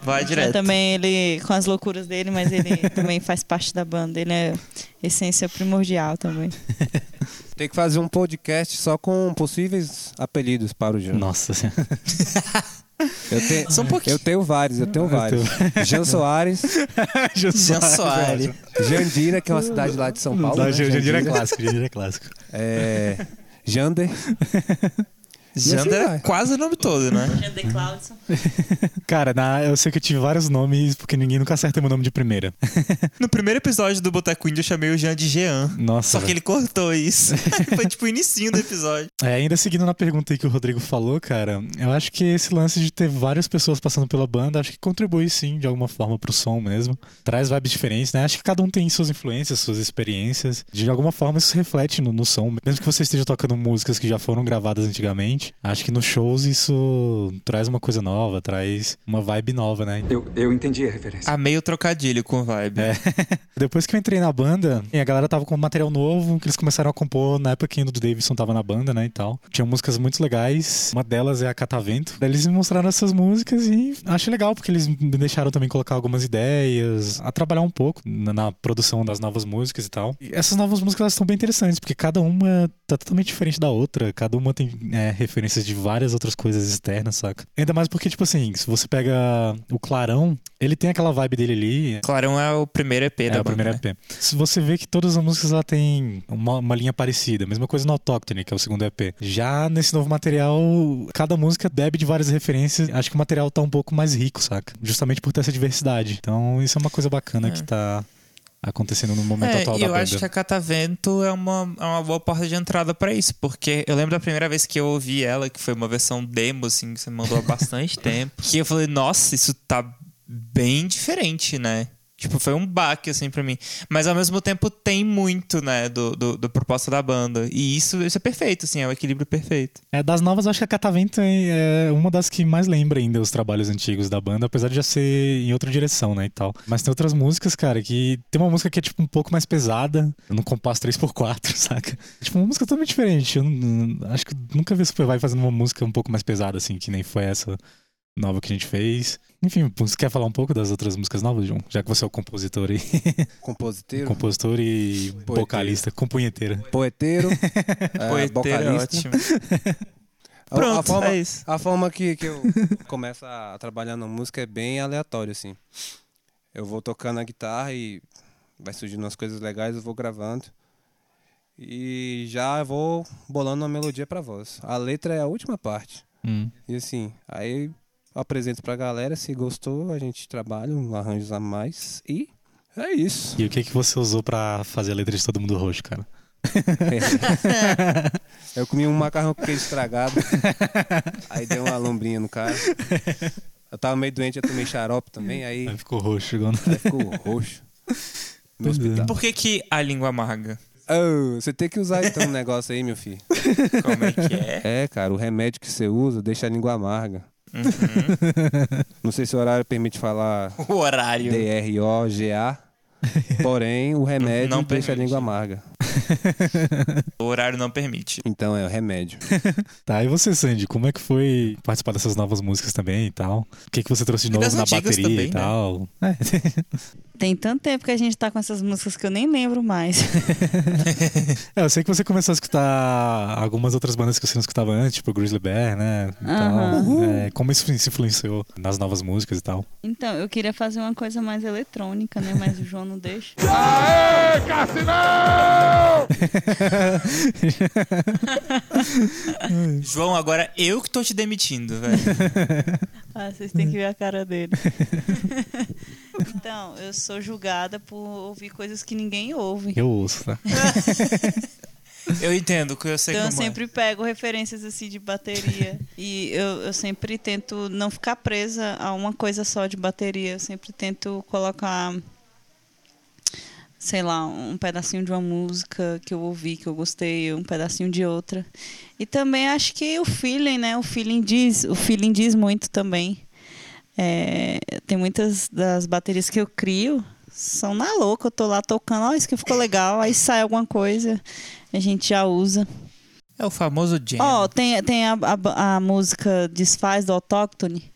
Speaker 1: Vai
Speaker 5: O Jean
Speaker 1: direto.
Speaker 5: Né, também, ele, com as loucuras dele, mas ele também faz parte da banda. Ele é essência primordial também.
Speaker 3: Tem que fazer um podcast só com possíveis apelidos para o Jean.
Speaker 2: Nossa senhora.
Speaker 3: Eu, te-
Speaker 1: Só um pouquinho.
Speaker 3: eu tenho vários, eu tenho vários. Jean Soares,
Speaker 2: Jean
Speaker 1: Jean
Speaker 2: Soares.
Speaker 1: Soares.
Speaker 3: Jandira, que é uma cidade lá de São Paulo.
Speaker 2: Não,
Speaker 3: né?
Speaker 2: Jean- Jandira é clássico, Jandira é clássico.
Speaker 3: É, Jander.
Speaker 1: Jander
Speaker 3: vai.
Speaker 1: é quase o nome todo, né?
Speaker 2: Cara, na- eu sei que eu tive vários nomes, porque ninguém nunca acerta meu nome de primeira.
Speaker 1: No primeiro episódio do Boteco Índio, eu chamei o Jean de Jean.
Speaker 2: Nossa.
Speaker 1: Só que ele cortou isso. Foi tipo o inicinho do episódio.
Speaker 2: É, ainda seguindo na pergunta aí que o Rodrigo falou, cara, eu acho que esse lance de ter várias pessoas passando pela banda, acho que contribui sim, de alguma forma, pro som mesmo. Traz vibes diferentes, né? Acho que cada um tem suas influências, suas experiências. De alguma forma, isso reflete no, no som. Mesmo que você esteja tocando músicas que já foram gravadas antigamente, acho que nos shows isso traz uma coisa nova, traz uma vibe nova, né?
Speaker 7: Eu, eu entendi a referência.
Speaker 1: Amei o trocadilho com vibe.
Speaker 2: É. Depois que eu entrei na banda, a galera tava com um material novo, que eles começaram a compor na época que ainda o Davidson tava na banda, né, e tal. Tinha músicas muito legais, uma delas é a Catavento. Daí Eles me mostraram essas músicas e achei legal, porque eles me deixaram também colocar algumas ideias, a trabalhar um pouco na, na produção das novas músicas e tal. E essas novas músicas, elas estão bem interessantes, porque cada uma tá totalmente diferente da outra, cada uma tem é, referências de várias outras coisas externas, saca? Ainda mais porque, tipo assim, se você pega o Clarão, ele tem aquela vibe dele ali,
Speaker 1: Clarão é o primeiro EP
Speaker 2: é,
Speaker 1: da
Speaker 2: o
Speaker 1: banda,
Speaker 2: primeiro
Speaker 1: né?
Speaker 2: EP. Se você vê que todas as músicas ela tem uma, uma linha parecida, mesma coisa no Autóctone, que é o segundo EP. Já nesse novo material, cada música bebe de várias referências. Acho que o material tá um pouco mais rico, saca? Justamente por ter essa diversidade. Então, isso é uma coisa bacana que tá acontecendo no momento
Speaker 1: É,
Speaker 2: atual
Speaker 1: e
Speaker 2: da
Speaker 1: eu
Speaker 2: banda.
Speaker 1: acho que a Catavento é uma, é uma boa porta de entrada pra isso, porque eu lembro da primeira vez que eu ouvi ela, que foi uma versão demo, assim, que você mandou há bastante tempo, que eu falei, nossa, isso tá bem diferente, né? Tipo, foi um baque, assim, pra mim. Mas ao mesmo tempo tem muito, né, do, do, do proposta da banda. E isso, isso é perfeito, assim, é o equilíbrio perfeito.
Speaker 2: É, das novas, eu acho que a Catavento é é uma das que mais lembra ainda os trabalhos antigos da banda, apesar de já ser em outra direção, né, e tal. Mas tem outras músicas, cara, que... Tem uma música que é, tipo, um pouco mais pesada, no compasso 3x4, saca? Tipo, uma música totalmente diferente. Eu não- acho que nunca vi Supervai fazendo uma música um pouco mais pesada, assim, que nem foi essa nova que a gente fez. Enfim, você quer falar um pouco das outras músicas novas, João? Já que você é o compositor e...
Speaker 3: Compositeiro,
Speaker 2: compositor e vocalista, compunheteira.
Speaker 3: poeteiro, é,
Speaker 1: Poeteiro é
Speaker 3: vocalista.
Speaker 1: ótimo.
Speaker 3: A- a
Speaker 1: Pronto,
Speaker 3: forma,
Speaker 1: é isso.
Speaker 3: a forma que, que eu começo a trabalhar na música é bem aleatório, assim. Eu vou tocando a guitarra e vai surgindo umas coisas legais, eu vou gravando. E já vou bolando uma melodia pra voz. A letra é a última parte.
Speaker 2: Hum.
Speaker 3: E assim, aí eu apresento pra galera, se gostou, a gente trabalha, um arranjos a mais e é isso.
Speaker 2: E o que que você usou pra fazer a letra de Todo Mundo Roxo, cara?
Speaker 3: eu comi um macarrão com queijo estragado. aí deu uma lombrinha no cara. Eu tava meio doente, eu tomei xarope também, aí,
Speaker 2: Aí ficou roxo, igual na-
Speaker 3: aí ficou roxo. No
Speaker 2: Pois é.
Speaker 3: hospital.
Speaker 1: Por que, que a língua amarga?
Speaker 3: Ô, você tem que usar então um negócio aí, meu filho.
Speaker 1: Como é que é?
Speaker 3: É, cara, o remédio que você usa deixa a língua amarga. Não sei se o horário permite falar
Speaker 1: O horário.
Speaker 3: D-R-O-G-A. Porém, o remédio
Speaker 1: Não
Speaker 3: deixa a
Speaker 1: permite.
Speaker 3: língua amarga.
Speaker 1: O horário não permite.
Speaker 3: Então é o remédio.
Speaker 2: Tá, e você, Sandy, como é que foi participar dessas novas músicas também e tal? O que que você trouxe de novo
Speaker 1: das
Speaker 2: na
Speaker 1: antigas
Speaker 2: bateria
Speaker 1: também,
Speaker 2: e
Speaker 1: né?
Speaker 2: tal? É.
Speaker 5: Tem tanto tempo que a gente tá com essas músicas que eu nem lembro mais.
Speaker 2: É, eu sei que você começou a escutar algumas outras bandas que você não escutava antes, tipo Grizzly Bear, né? E
Speaker 5: Aham.
Speaker 2: tal. É, como isso se influenciou nas novas músicas e tal?
Speaker 5: Então, eu queria fazer uma coisa mais eletrônica, né? Mas o João não deixa.
Speaker 1: João, agora eu que tô te demitindo, velho.
Speaker 5: Ah, vocês têm que ver a cara dele. então, eu sou julgada por ouvir coisas que ninguém ouve.
Speaker 2: Eu ouço, tá?
Speaker 1: Eu entendo, que eu sei
Speaker 5: Então eu
Speaker 1: como é.
Speaker 5: sempre pego referências assim de bateria. e eu, eu sempre tento não ficar presa a uma coisa só de bateria. Eu sempre tento colocar, sei lá, um pedacinho de uma música que eu ouvi, que eu gostei, um pedacinho de outra. E também acho que o feeling, né? O feeling diz, o feeling diz muito também. É, tem muitas das baterias que eu crio são na louca, eu tô lá tocando, ó, isso que ficou legal, aí sai alguma coisa, a gente já usa.
Speaker 1: É o famoso jam.
Speaker 5: Ó, tem, tem a, a- a música Desfaz do Autóctone,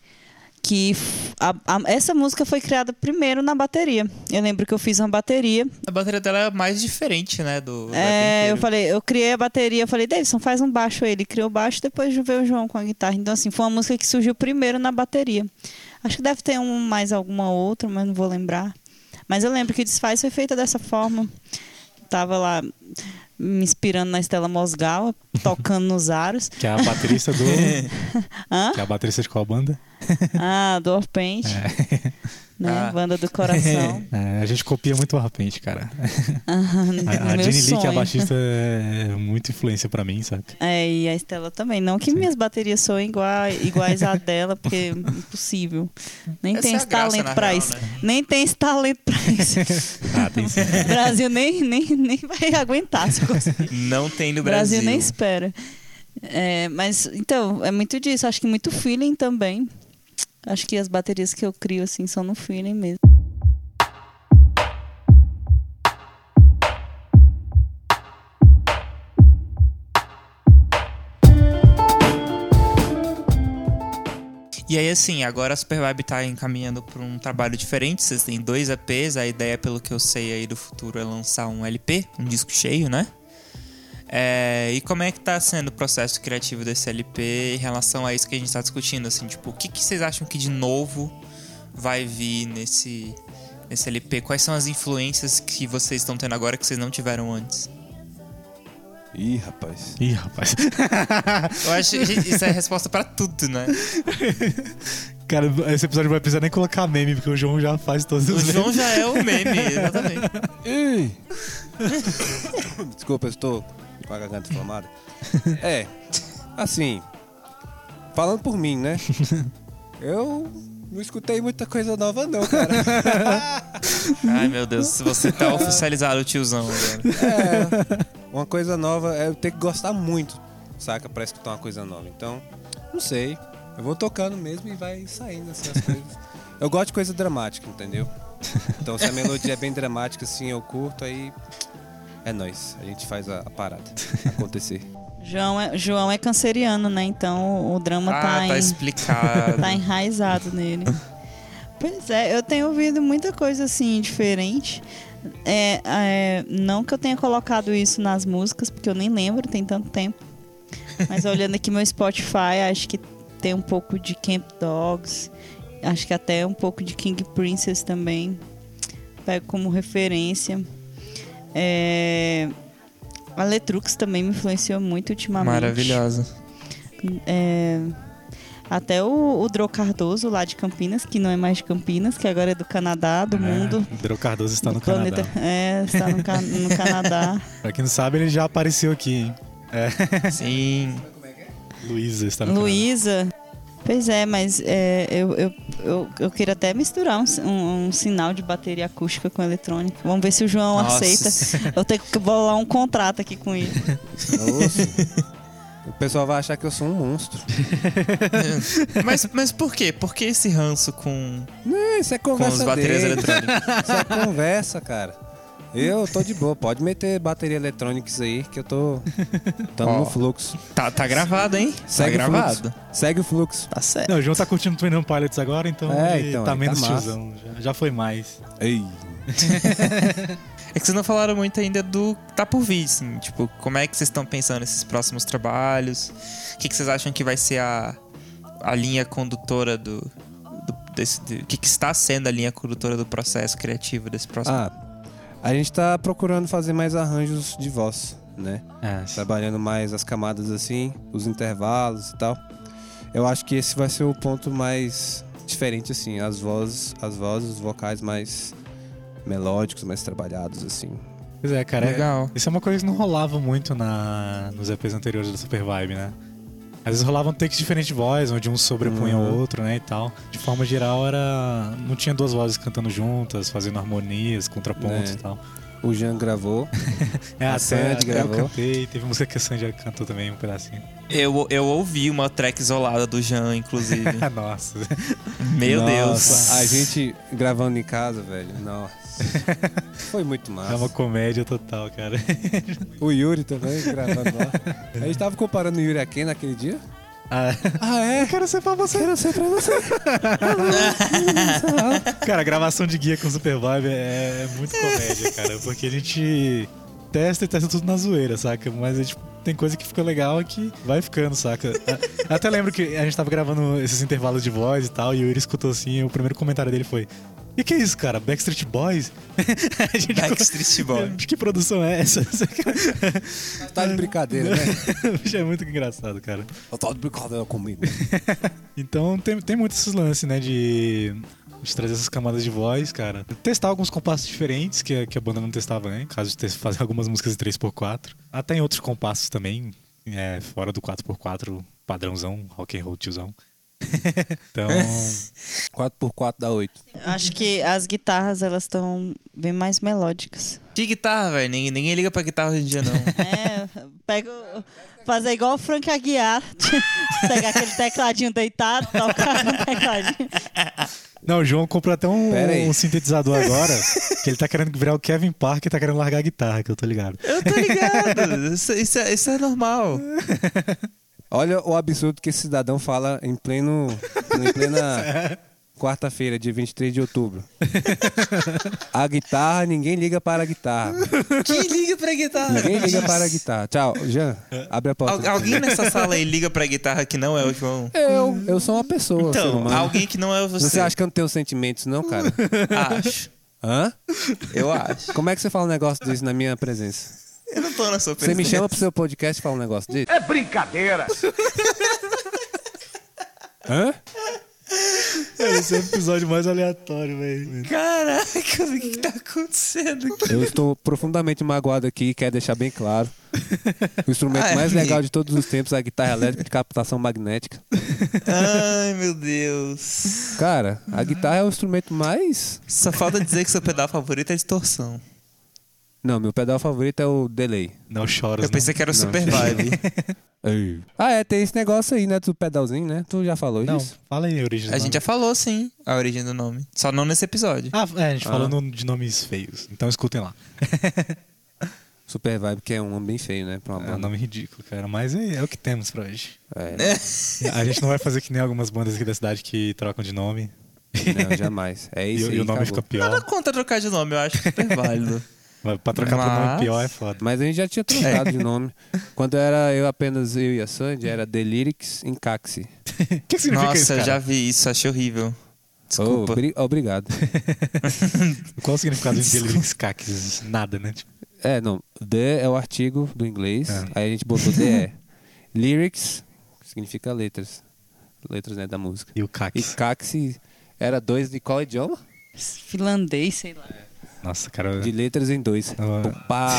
Speaker 5: que f- a- a- essa música foi criada primeiro na bateria. Eu lembro que eu fiz uma bateria.
Speaker 1: A bateria dela é mais diferente, né? Do, do
Speaker 5: é,
Speaker 1: EP
Speaker 5: eu
Speaker 1: inteiro.
Speaker 5: falei, eu criei a bateria, eu falei, Davidson, faz um baixo aí. Ele criou o baixo depois de ver o João com a guitarra. Então, assim, foi uma música que surgiu primeiro na bateria. Acho que deve ter um mais alguma outra, mas não vou lembrar. Mas eu lembro que o Desfaz foi feita dessa forma. Tava lá me inspirando na Estela Mosgal, tocando nos aros.
Speaker 2: Que é a baterista do.
Speaker 5: Hã?
Speaker 2: que é a baterista de qual banda?
Speaker 5: Ah, do Orpente. Né?
Speaker 1: Ah.
Speaker 5: Banda do coração.
Speaker 2: É, a gente copia muito o Arpente, cara.
Speaker 5: Aham,
Speaker 2: A,
Speaker 5: meu
Speaker 2: a Jenny Lee, que é a
Speaker 5: sonho.
Speaker 2: baixista, é muito influência pra mim, saca?
Speaker 5: É, e a Estela também. Não que minhas baterias soem iguais, iguais à dela, porque é impossível. Nem
Speaker 1: Essa
Speaker 5: tem
Speaker 1: é a
Speaker 5: esse
Speaker 1: graça,
Speaker 5: talento
Speaker 1: na
Speaker 5: pra
Speaker 1: real,
Speaker 5: isso.
Speaker 1: né?
Speaker 5: Nem tem esse talento pra isso.
Speaker 2: Ah, tem sim.
Speaker 5: O Brasil nem, nem, nem vai aguentar se conseguir.
Speaker 1: Não tem no
Speaker 5: O
Speaker 1: Brasil.
Speaker 5: Brasil nem espera. É, mas, então, é muito disso. Acho que muito feeling também. Acho que as baterias que eu crio, assim, são no feeling mesmo.
Speaker 1: E aí, assim, agora a Super Vibe tá encaminhando pra um trabalho diferente. Vocês têm dois EPs. A ideia, pelo que eu sei aí do futuro, é lançar um LP, um disco cheio, né? É, e como é que tá sendo o processo criativo desse LP em relação a isso que a gente tá discutindo? Assim, tipo, o que, que vocês acham que de novo vai vir nesse, nesse LP? Quais são as influências que vocês estão tendo agora que vocês não tiveram antes?
Speaker 3: Ih, rapaz.
Speaker 2: Ih, rapaz.
Speaker 1: Eu acho que isso é a resposta pra tudo, né?
Speaker 2: Cara, esse episódio não vai precisar nem colocar meme, porque o João já faz todos
Speaker 1: O
Speaker 2: os memes.
Speaker 1: João já é o meme, exatamente.
Speaker 3: Ei. Desculpa, eu estou com a garganta inflamada. É, assim, falando por mim, né? Eu Não escutei muita coisa nova, não, cara.
Speaker 1: Ai, meu Deus, se você tá oficializado, tiozão. velho.
Speaker 3: Uma coisa nova é eu ter que gostar muito, saca? Pra escutar uma coisa nova. Então, não sei. Eu vou tocando mesmo e vai saindo assim as coisas. Eu gosto de coisa dramática, entendeu? Então, se a melodia é bem dramática, assim, eu curto, aí. É nóis. A gente faz a, a parada acontecer.
Speaker 5: João é, João é canceriano, né? Então o drama
Speaker 1: Ah,
Speaker 5: tá,
Speaker 1: tá
Speaker 5: em,
Speaker 1: explicado.
Speaker 5: tá enraizado nele. Pois é, eu tenho ouvido muita coisa assim diferente. É, é, não que eu tenha colocado isso nas músicas, porque eu nem lembro, tem tanto tempo. Mas olhando aqui meu Spotify, acho que tem um pouco de Camp Dogs, acho que até um pouco de King Princess também. Pego como referência. É, a Letrux também me influenciou muito ultimamente.
Speaker 1: Maravilhosa.
Speaker 5: É, até o, o Dro Cardoso lá de Campinas, que não é mais de Campinas, que agora é do Canadá, do mundo.
Speaker 2: É, Drô Cardoso está
Speaker 5: do
Speaker 2: no Canadá.
Speaker 5: É, está no, ca- no Canadá.
Speaker 2: Pra quem não sabe, ele já apareceu aqui, hein?
Speaker 1: Sim.
Speaker 2: Luísa está no
Speaker 5: Luísa. Pois é, mas é, eu, eu, eu, eu queria até misturar um, si- um- um sinal de bateria acústica com eletrônica. Vamos ver se o João
Speaker 1: Nossa.
Speaker 5: aceita. Eu tenho que bolar um contrato aqui com ele.
Speaker 3: o pessoal vai achar que eu sou um monstro.
Speaker 1: Mas, mas por quê? Por que esse ranço com,
Speaker 3: Não, isso é
Speaker 1: com as
Speaker 3: conversa
Speaker 1: baterias
Speaker 3: dele.
Speaker 1: eletrônicas?
Speaker 3: Isso é conversa, cara. Eu tô de boa. Pode meter bateria eletrônica isso aí, que eu tô... Tamo
Speaker 1: Ó.
Speaker 3: no fluxo.
Speaker 1: Tá, tá gravado, hein?
Speaker 3: Segue
Speaker 1: tá
Speaker 3: o
Speaker 1: gravado.
Speaker 3: fluxo. Segue o fluxo.
Speaker 5: Tá certo.
Speaker 2: Não, o João tá curtindo Twin Gun Pilots agora, então,
Speaker 3: É,
Speaker 2: ele
Speaker 3: então,
Speaker 2: tá
Speaker 3: ele tá
Speaker 2: menos
Speaker 3: massa.
Speaker 2: tiozão. Já, já foi mais.
Speaker 3: Ei.
Speaker 1: É que vocês não falaram muito ainda do que tá por vir, assim. Tipo, como é que vocês estão pensando nesses próximos trabalhos? O que, que vocês acham que vai ser a, a linha condutora do. do- desse, de- o que, que está sendo a linha condutora do processo criativo desse próximo.
Speaker 3: Ah, a gente tá procurando fazer mais arranjos de voz, né?
Speaker 2: É,
Speaker 3: Trabalhando mais as camadas assim, os intervalos e tal. Eu acho que esse vai ser o ponto mais diferente, assim. As vozes, as vozes, os vocais mais melódicos, mais trabalhados, assim.
Speaker 2: Pois é, cara. é-
Speaker 1: Legal.
Speaker 2: isso é uma coisa que não rolava muito na, nos EPs anteriores da Super Vibe, né? Às vezes rolavam takes diferentes de voz, onde um sobrepunha o
Speaker 3: Uhum.
Speaker 2: outro, né, e tal. De forma geral, era... Não tinha duas vozes cantando juntas, fazendo harmonias, contrapontos
Speaker 3: É.
Speaker 2: e tal.
Speaker 3: O Jean gravou.
Speaker 2: É,
Speaker 3: A
Speaker 2: até,
Speaker 3: Sandy
Speaker 2: até eu
Speaker 3: gravou.
Speaker 2: cantei. Teve música que a Sandy cantou também, um pedacinho.
Speaker 1: Eu, eu ouvi uma track isolada do Jean, inclusive.
Speaker 2: Ah, Nossa.
Speaker 1: Meu
Speaker 3: Nossa,
Speaker 1: Deus.
Speaker 3: A gente gravando em casa, velho. Nossa. Foi muito massa.
Speaker 2: É uma comédia total, cara.
Speaker 3: O Yuri também gravando lá. A gente tava comparando o Yuri a quem naquele dia?
Speaker 2: Ah, é? Quero ser pra você. Quero ser pra você. cara, a gravação de guia com Super Vibe é muito comédia, cara. Porque a gente testa e testa tudo na zoeira, saca? Mas a gente tem coisa que fica legal e que vai ficando, saca? A- Até lembro que a gente tava gravando esses intervalos de voz e tal, e o Yuri escutou assim, e o primeiro comentário dele foi. E que é isso, cara? Backstreet Boys? a gente ficou,
Speaker 1: Backstreet Boy.
Speaker 2: Que produção é essa?
Speaker 3: Tá de brincadeira, né?
Speaker 2: é muito engraçado, cara.
Speaker 3: Eu tô de brincadeira comigo.
Speaker 2: Então tem, tem muito esses lances, né? De, de trazer essas camadas de voz, cara. Testar alguns compassos diferentes que, a- que a banda não testava, né? Caso de ter- fazer algumas músicas em 3x4. Até em outros compassos também, é, fora do 4x4, padrãozão, rock and roll tiozão. então,
Speaker 3: 4x4 dá 8.
Speaker 5: Acho que as guitarras, elas estão bem mais melódicas.
Speaker 1: Que guitarra, velho? Ninguém, ninguém liga pra guitarra hoje em dia, não.
Speaker 5: É, pega, o- fazer igual o Frank Aguiar. Pegar aquele tecladinho deitado, tocar no tecladinho.
Speaker 2: não, o João comprou até um,
Speaker 3: Pera aí.
Speaker 2: um sintetizador agora, que ele tá querendo virar o Kevin Parker e tá querendo largar a guitarra, que eu tô ligado.
Speaker 1: Eu tô ligado. Isso, isso é, isso é normal.
Speaker 3: Olha o absurdo que esse cidadão fala em pleno. em plena quarta-feira, dia 23 de outubro. A guitarra, ninguém liga para a guitarra.
Speaker 1: Quem liga pra guitarra?
Speaker 3: Ninguém liga para a guitarra. Tchau, Jean. Abre a
Speaker 1: Al-
Speaker 3: porta.
Speaker 1: alguém nessa sala aí liga pra guitarra que não é o João?
Speaker 3: Eu, eu sou uma pessoa. ser
Speaker 1: Então,
Speaker 3: humano.
Speaker 1: alguém que não é você.
Speaker 3: Você acha que eu não tenho sentimentos, não, cara?
Speaker 1: Acho.
Speaker 3: Hã?
Speaker 1: Eu acho.
Speaker 3: Como é que você fala um negócio desse na minha presença?
Speaker 1: Eu não tô na sua
Speaker 3: Você me
Speaker 1: presença.
Speaker 3: chama pro seu podcast e fala um negócio desse?
Speaker 6: É brincadeira!
Speaker 3: Hã?
Speaker 2: Cara, esse é o episódio mais aleatório, velho.
Speaker 1: Caraca, o que que tá acontecendo?
Speaker 3: Eu estou profundamente magoado aqui e quero deixar bem claro. O instrumento
Speaker 1: Ai,
Speaker 3: mais
Speaker 1: amigo.
Speaker 3: legal de todos os tempos é a guitarra elétrica de captação magnética.
Speaker 1: Ai, meu Deus.
Speaker 3: Cara, a guitarra é o instrumento mais.
Speaker 1: Só falta dizer que seu pedal favorito é distorção.
Speaker 3: Não, meu pedal favorito é o delay.
Speaker 2: Não né? choras,
Speaker 1: Eu pensei que era o
Speaker 3: Não,
Speaker 1: Super
Speaker 3: gente.
Speaker 1: Vibe.
Speaker 3: Ah, é, tem esse negócio aí, né? Do pedalzinho, né? Tu já falou
Speaker 2: não. Não,
Speaker 3: isso?
Speaker 2: fala aí, original.
Speaker 1: É A gente já falou, sim, a origem do nome. Só não nesse episódio.
Speaker 2: Ah, é, a gente falou no- de nomes feios. Então escutem lá.
Speaker 3: Super Vibe, que é um nome bem feio, né? Pra uma
Speaker 2: É um
Speaker 3: banda.
Speaker 2: nome ridículo, cara. Mas é, é o que temos pra hoje.
Speaker 3: É,
Speaker 2: A gente não vai fazer que nem algumas bandas aqui da cidade que trocam de nome.
Speaker 3: não, jamais. É
Speaker 2: E,
Speaker 3: isso aí,
Speaker 2: e o nome
Speaker 3: acabou.
Speaker 2: fica
Speaker 1: Nada
Speaker 2: pior.
Speaker 1: contra trocar de nome, eu acho super válido.
Speaker 2: Mas pra trocar pro nome
Speaker 1: Mas-
Speaker 2: pior é foda.
Speaker 3: Mas a gente já tinha trocado de nome. Quando era eu apenas, eu e a Sandy, era The Lyrics em Caxi.
Speaker 2: O que, que significa
Speaker 1: Nossa,
Speaker 2: isso,
Speaker 1: eu
Speaker 2: cara?
Speaker 1: já vi isso, achei horrível. Desculpa.
Speaker 3: Oh, obri- obrigado.
Speaker 2: Qual o significado de delirix caques? Nada, né? Tipo,
Speaker 3: É, não. The é o artigo do inglês.
Speaker 2: É.
Speaker 3: Aí a gente botou DE. Lyrics significa letras. Letras, né, da música.
Speaker 2: e o
Speaker 3: E
Speaker 2: caques.
Speaker 3: Caxi era dois de qual idioma?
Speaker 5: Finlandês, sei lá.
Speaker 2: Nossa, cara.
Speaker 3: De letras em dois.
Speaker 2: Ah.
Speaker 3: Opa!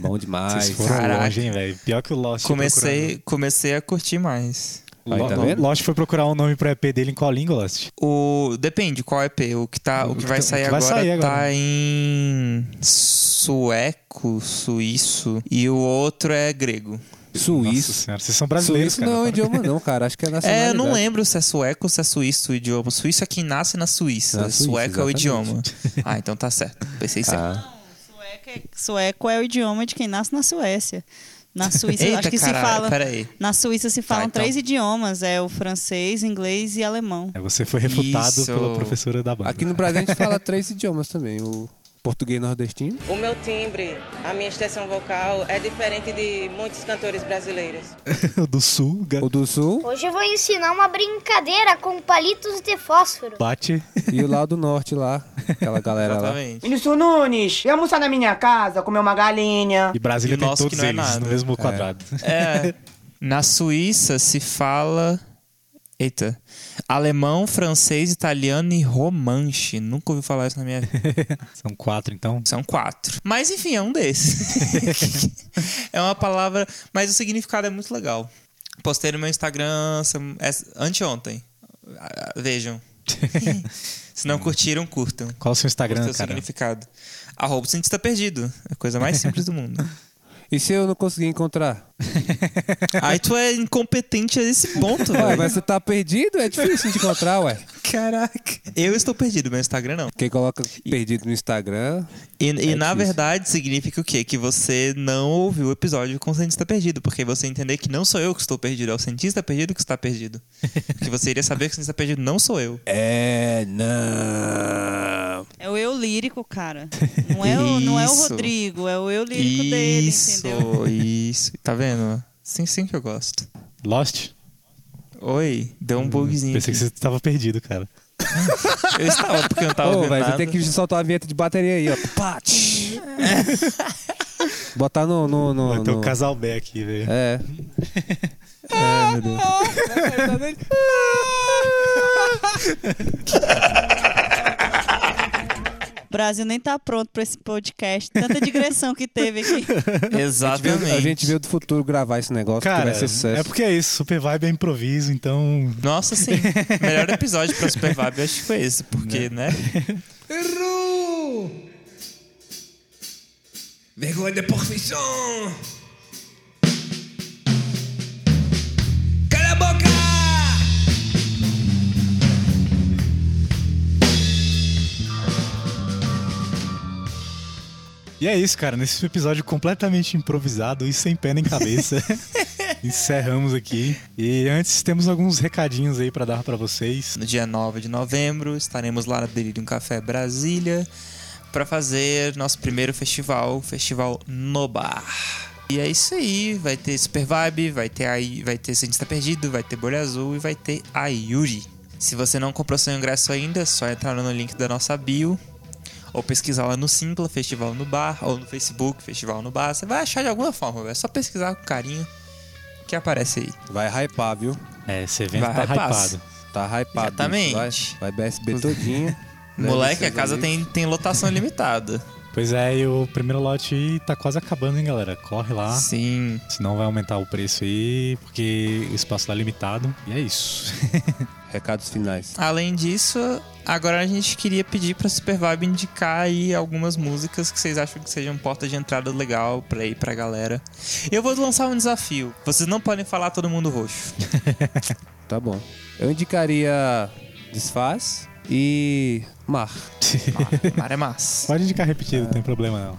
Speaker 3: Bom demais.
Speaker 2: Vocês foram
Speaker 1: Caraca.
Speaker 2: longe, hein, velho? Pior que o Lost.
Speaker 1: Comecei, comecei a curtir mais.
Speaker 2: procurando.
Speaker 3: Aí, tá
Speaker 2: Lo-
Speaker 3: vendo?
Speaker 2: Lost foi procurar um nome pro EP dele em qual língua, Lost?
Speaker 1: O depende qual EP, o que tá, o, que, vai,
Speaker 2: tá-
Speaker 1: sair
Speaker 2: o que vai
Speaker 1: agora
Speaker 2: sair agora.
Speaker 1: tá em sueco, suíço e o outro é grego.
Speaker 2: Nossa
Speaker 3: Suíço.
Speaker 2: senhora, vocês são brasileiros,
Speaker 3: Suíço
Speaker 2: cara. tá
Speaker 3: não é um idioma, não, cara. Acho que é
Speaker 1: É,
Speaker 3: nacionalidade.
Speaker 1: eu não lembro se é sueco ou se é suíço o idioma. Suíço é quem nasce na Suíça,
Speaker 3: Na Suíça,
Speaker 1: sueco é o
Speaker 3: exatamente.
Speaker 1: idioma. Ah, então tá certo. Pensei certo.
Speaker 3: Ah,
Speaker 5: Sueco é, sueco é o idioma de quem nasce na Suécia. Na Suíça,
Speaker 1: Eita,
Speaker 5: acho que
Speaker 1: caralho,
Speaker 5: se fala.
Speaker 1: peraí.
Speaker 5: Na Suíça se falam
Speaker 1: então.
Speaker 5: três idiomas: é o francês, inglês e alemão.
Speaker 2: É, Você foi refutado
Speaker 1: Isso.
Speaker 2: pela professora da banda.
Speaker 3: aqui no Brasil a gente fala três idiomas também. O português nordestino.
Speaker 7: O meu timbre, a minha extensão vocal é diferente de muitos cantores brasileiros.
Speaker 2: do Sul, ga-
Speaker 3: O do sul
Speaker 8: Hoje eu vou ensinar uma brincadeira com palitos de fósforo.
Speaker 2: bate.
Speaker 3: e o lá do norte lá. Aquela galera lá.
Speaker 1: Exatamente.
Speaker 9: Ministro Nunes, ia almoçar na minha casa, comer uma galinha.
Speaker 2: E Brasília
Speaker 1: E o
Speaker 2: tem
Speaker 1: nosso que
Speaker 2: todos
Speaker 1: não é
Speaker 2: eles
Speaker 1: nada.
Speaker 2: no mesmo quadrado.
Speaker 1: É, na Suíça se fala Eita. Alemão, francês, italiano e romanche. Nunca ouvi falar isso na minha vida.
Speaker 2: São quatro, então.
Speaker 1: São quatro. Mas enfim, é um desses. é uma palavra, mas o significado é muito legal. Postei no meu Instagram sem- es- anteontem. Ah, Vejam. Se não curtiram, curtam.
Speaker 2: Qual o seu
Speaker 1: Postei
Speaker 2: Instagram,
Speaker 1: o
Speaker 2: cara?
Speaker 1: significado. Arroba o cientista perdido. É a coisa mais simples do mundo.
Speaker 3: E se eu não conseguir encontrar?
Speaker 1: Aí tu é incompetente a esse ponto,
Speaker 2: É.
Speaker 3: Ué,
Speaker 1: velho.
Speaker 3: mas você tá perdido? É difícil de encontrar, ué.
Speaker 1: Caraca. Eu estou perdido, meu Instagram não.
Speaker 3: Quem coloca perdido no Instagram.
Speaker 1: E, e,
Speaker 3: É
Speaker 1: na
Speaker 3: difícil.
Speaker 1: verdade significa o quê? Que você não ouviu o episódio com o cientista perdido, porque você entender que não sou eu que estou perdido, é o cientista perdido que está perdido. que você iria saber que o cientista perdido não sou eu.
Speaker 3: É, não.
Speaker 5: É o eu lírico, cara. Não é o, não é o
Speaker 1: Isso.
Speaker 5: Rodrigo, é o eu lírico dele,
Speaker 1: Isso,
Speaker 5: entendeu?
Speaker 1: isso. Tá vendo? Sim, sim que eu gosto.
Speaker 2: Lost?
Speaker 1: Oi, deu
Speaker 3: Hum,
Speaker 1: um bugzinho.
Speaker 2: Pensei que você tava perdido, cara.
Speaker 1: Eu estava porque eu não tava
Speaker 3: Ô,
Speaker 1: ouvindo
Speaker 3: velho, você
Speaker 1: nada.
Speaker 3: tem que soltar a vinheta de bateria aí, ó. Pá, tch.
Speaker 1: É.
Speaker 3: Botar no. no, no,
Speaker 2: Vai ter um o
Speaker 3: no-
Speaker 2: Então, casal B aqui, velho.
Speaker 3: É.
Speaker 5: O Brasil nem tá pronto pra esse podcast. Tanta digressão que teve aqui.
Speaker 1: Exatamente.
Speaker 3: A gente veio do futuro gravar esse negócio que
Speaker 2: Cara,
Speaker 3: vai ser sucesso.
Speaker 2: é porque é isso. Super Vibe é improviso, então.
Speaker 1: Nossa, sim. Melhor episódio pra Super Vibe, acho que foi esse, porque, né?
Speaker 10: Vergonha de profissão! Cala a boca!
Speaker 2: E é isso, cara. Nesse episódio completamente improvisado e sem pé nem cabeça. Encerramos aqui. E antes temos alguns recadinhos aí pra dar pra vocês.
Speaker 1: No dia 9 de novembro, estaremos lá na Delirium Café Brasília para fazer nosso primeiro festival, o Festival no Bar. E é isso aí, vai ter Super Vibe, vai ter aí, vai ter Cientista Perdido, vai ter Bolha Azul e vai ter a Yuri. Se você não comprou seu ingresso ainda, é só entrar no link da nossa bio ou pesquisar lá no Simpla Festival no Bar ou no Facebook Festival no Bar, você vai achar de alguma forma, é só pesquisar com carinho que aparece aí.
Speaker 3: Vai hypar, viu?
Speaker 2: É, esse evento
Speaker 1: Vai,
Speaker 2: tá
Speaker 1: passa.
Speaker 2: hypado.
Speaker 3: Tá hypado.
Speaker 1: Exatamente.
Speaker 3: isso, Vai, vai BSB todinho.
Speaker 1: Moleque,
Speaker 3: Leve
Speaker 1: a casa
Speaker 3: seus
Speaker 1: tem, tem lotação limitada.
Speaker 2: Pois é, e o primeiro lote tá quase acabando, hein, galera? Corre
Speaker 1: Ah.
Speaker 2: lá.
Speaker 1: Sim.
Speaker 2: Senão vai aumentar o preço aí, porque o espaço lá é limitado. E é isso.
Speaker 3: amigos. Recados finais.
Speaker 1: Além disso, agora a gente queria pedir pra Super Vibe indicar aí algumas músicas que vocês acham que sejam porta de entrada legal pra ir pra galera. Eu vou lançar um desafio. Vocês não podem falar todo mundo roxo.
Speaker 3: Tá bom. Eu indicaria Desfaz e Mar.
Speaker 1: Mar- Mar é massa.
Speaker 2: Pode indicar repetido, não tem problema não.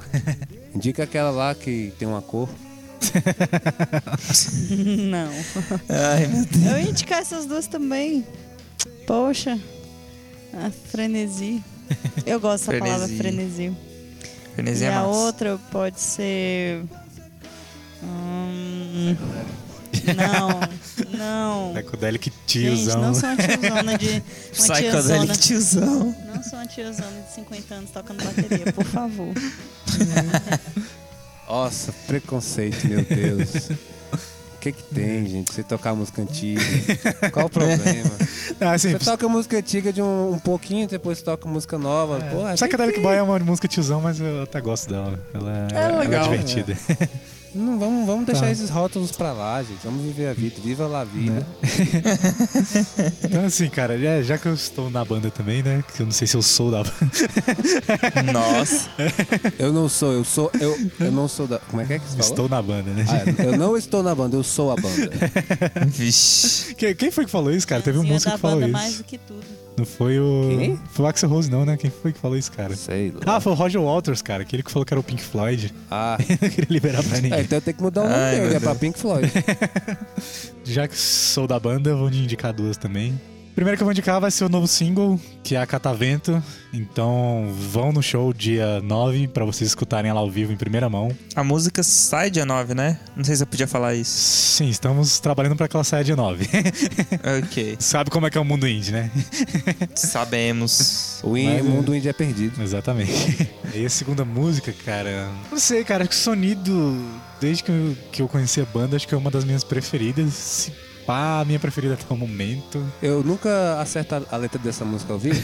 Speaker 3: Indica aquela lá que tem uma cor.
Speaker 5: Não.
Speaker 1: Ai, meu Deus.
Speaker 5: Eu ia indicar essas duas também. Poxa. A frenesi. Eu gosto da palavra
Speaker 1: Frenesi.
Speaker 5: frenesi.
Speaker 1: Venezia
Speaker 5: E
Speaker 1: é
Speaker 5: a
Speaker 1: massa.
Speaker 5: outra pode ser. hum, Não, não.
Speaker 2: É Psychedelic
Speaker 5: Gente,
Speaker 2: tiozão.
Speaker 5: não sou uma tiozona de. Uma tiozona,
Speaker 1: Psychedelic tiozão.
Speaker 5: não sou uma tiozona de 50 anos tocando bateria, por favor.
Speaker 3: Nossa, preconceito, meu Deus. O que que tem, gente? Você tocar música antiga. Qual o problema?
Speaker 2: Ah, assim,
Speaker 3: Você toca música antiga de um, um pouquinho, depois toca música nova. Pô, é
Speaker 2: Psychedelic Boy é uma música tiozão, mas eu até gosto dela. Ela é, ela é
Speaker 3: legal,
Speaker 2: divertida.
Speaker 3: Não, vamos, vamos deixar esses rótulos pra lá, gente. Vamos viver a vida. Viva lá a vida.
Speaker 2: Então assim, cara, já, já que eu estou na banda também, né? Que eu não sei se eu sou da banda.
Speaker 1: Nossa.
Speaker 3: Eu não sou, eu sou, eu, eu não sou da. Como é que é que você falou?
Speaker 2: Estou na banda, né?
Speaker 3: Ah, eu não estou na banda, eu sou a banda.
Speaker 1: Vixe.
Speaker 2: Quem, quem foi que falou isso, cara? Teve um
Speaker 5: Fãzinha
Speaker 2: músico
Speaker 5: da
Speaker 2: que falou
Speaker 5: banda
Speaker 2: isso.
Speaker 5: mais do que tudo.
Speaker 2: Não foi o.
Speaker 3: Quem?
Speaker 2: Foi o Axel Rose, não, né? Quem foi que falou isso, cara?
Speaker 3: Sei lá.
Speaker 2: Ah, foi o Roger Walters, cara. Aquele que falou que era o Pink Floyd.
Speaker 3: Ah,
Speaker 2: Eu queria liberar pra
Speaker 3: é,
Speaker 2: ninguém.
Speaker 3: então eu tenho que mudar o nome
Speaker 1: Ai,
Speaker 3: dele,
Speaker 1: meu
Speaker 3: é pra Pink Floyd.
Speaker 2: É, Já que sou da banda, eu vou indicar duas também. Primeiro que eu vou indicar vai ser o novo single, que é a Catavento. Então vão no show dia 9 pra vocês escutarem ela ao vivo em primeira mão.
Speaker 1: A música sai dia 9, né? Não sei se eu podia falar isso.
Speaker 2: Sim, estamos trabalhando pra que ela saia dia 9.
Speaker 1: Ok.
Speaker 2: Sabe como é que é o mundo indie, né?
Speaker 1: Sabemos.
Speaker 3: O in- mundo indie é perdido.
Speaker 2: Exatamente. E a segunda música, cara. Não sei, cara. Acho que o sonido, desde que eu, que eu conheci a banda, acho que é uma das minhas preferidas. Se pá, a minha preferida até o momento.
Speaker 3: Eu nunca acerto a- a letra dessa música ao vivo.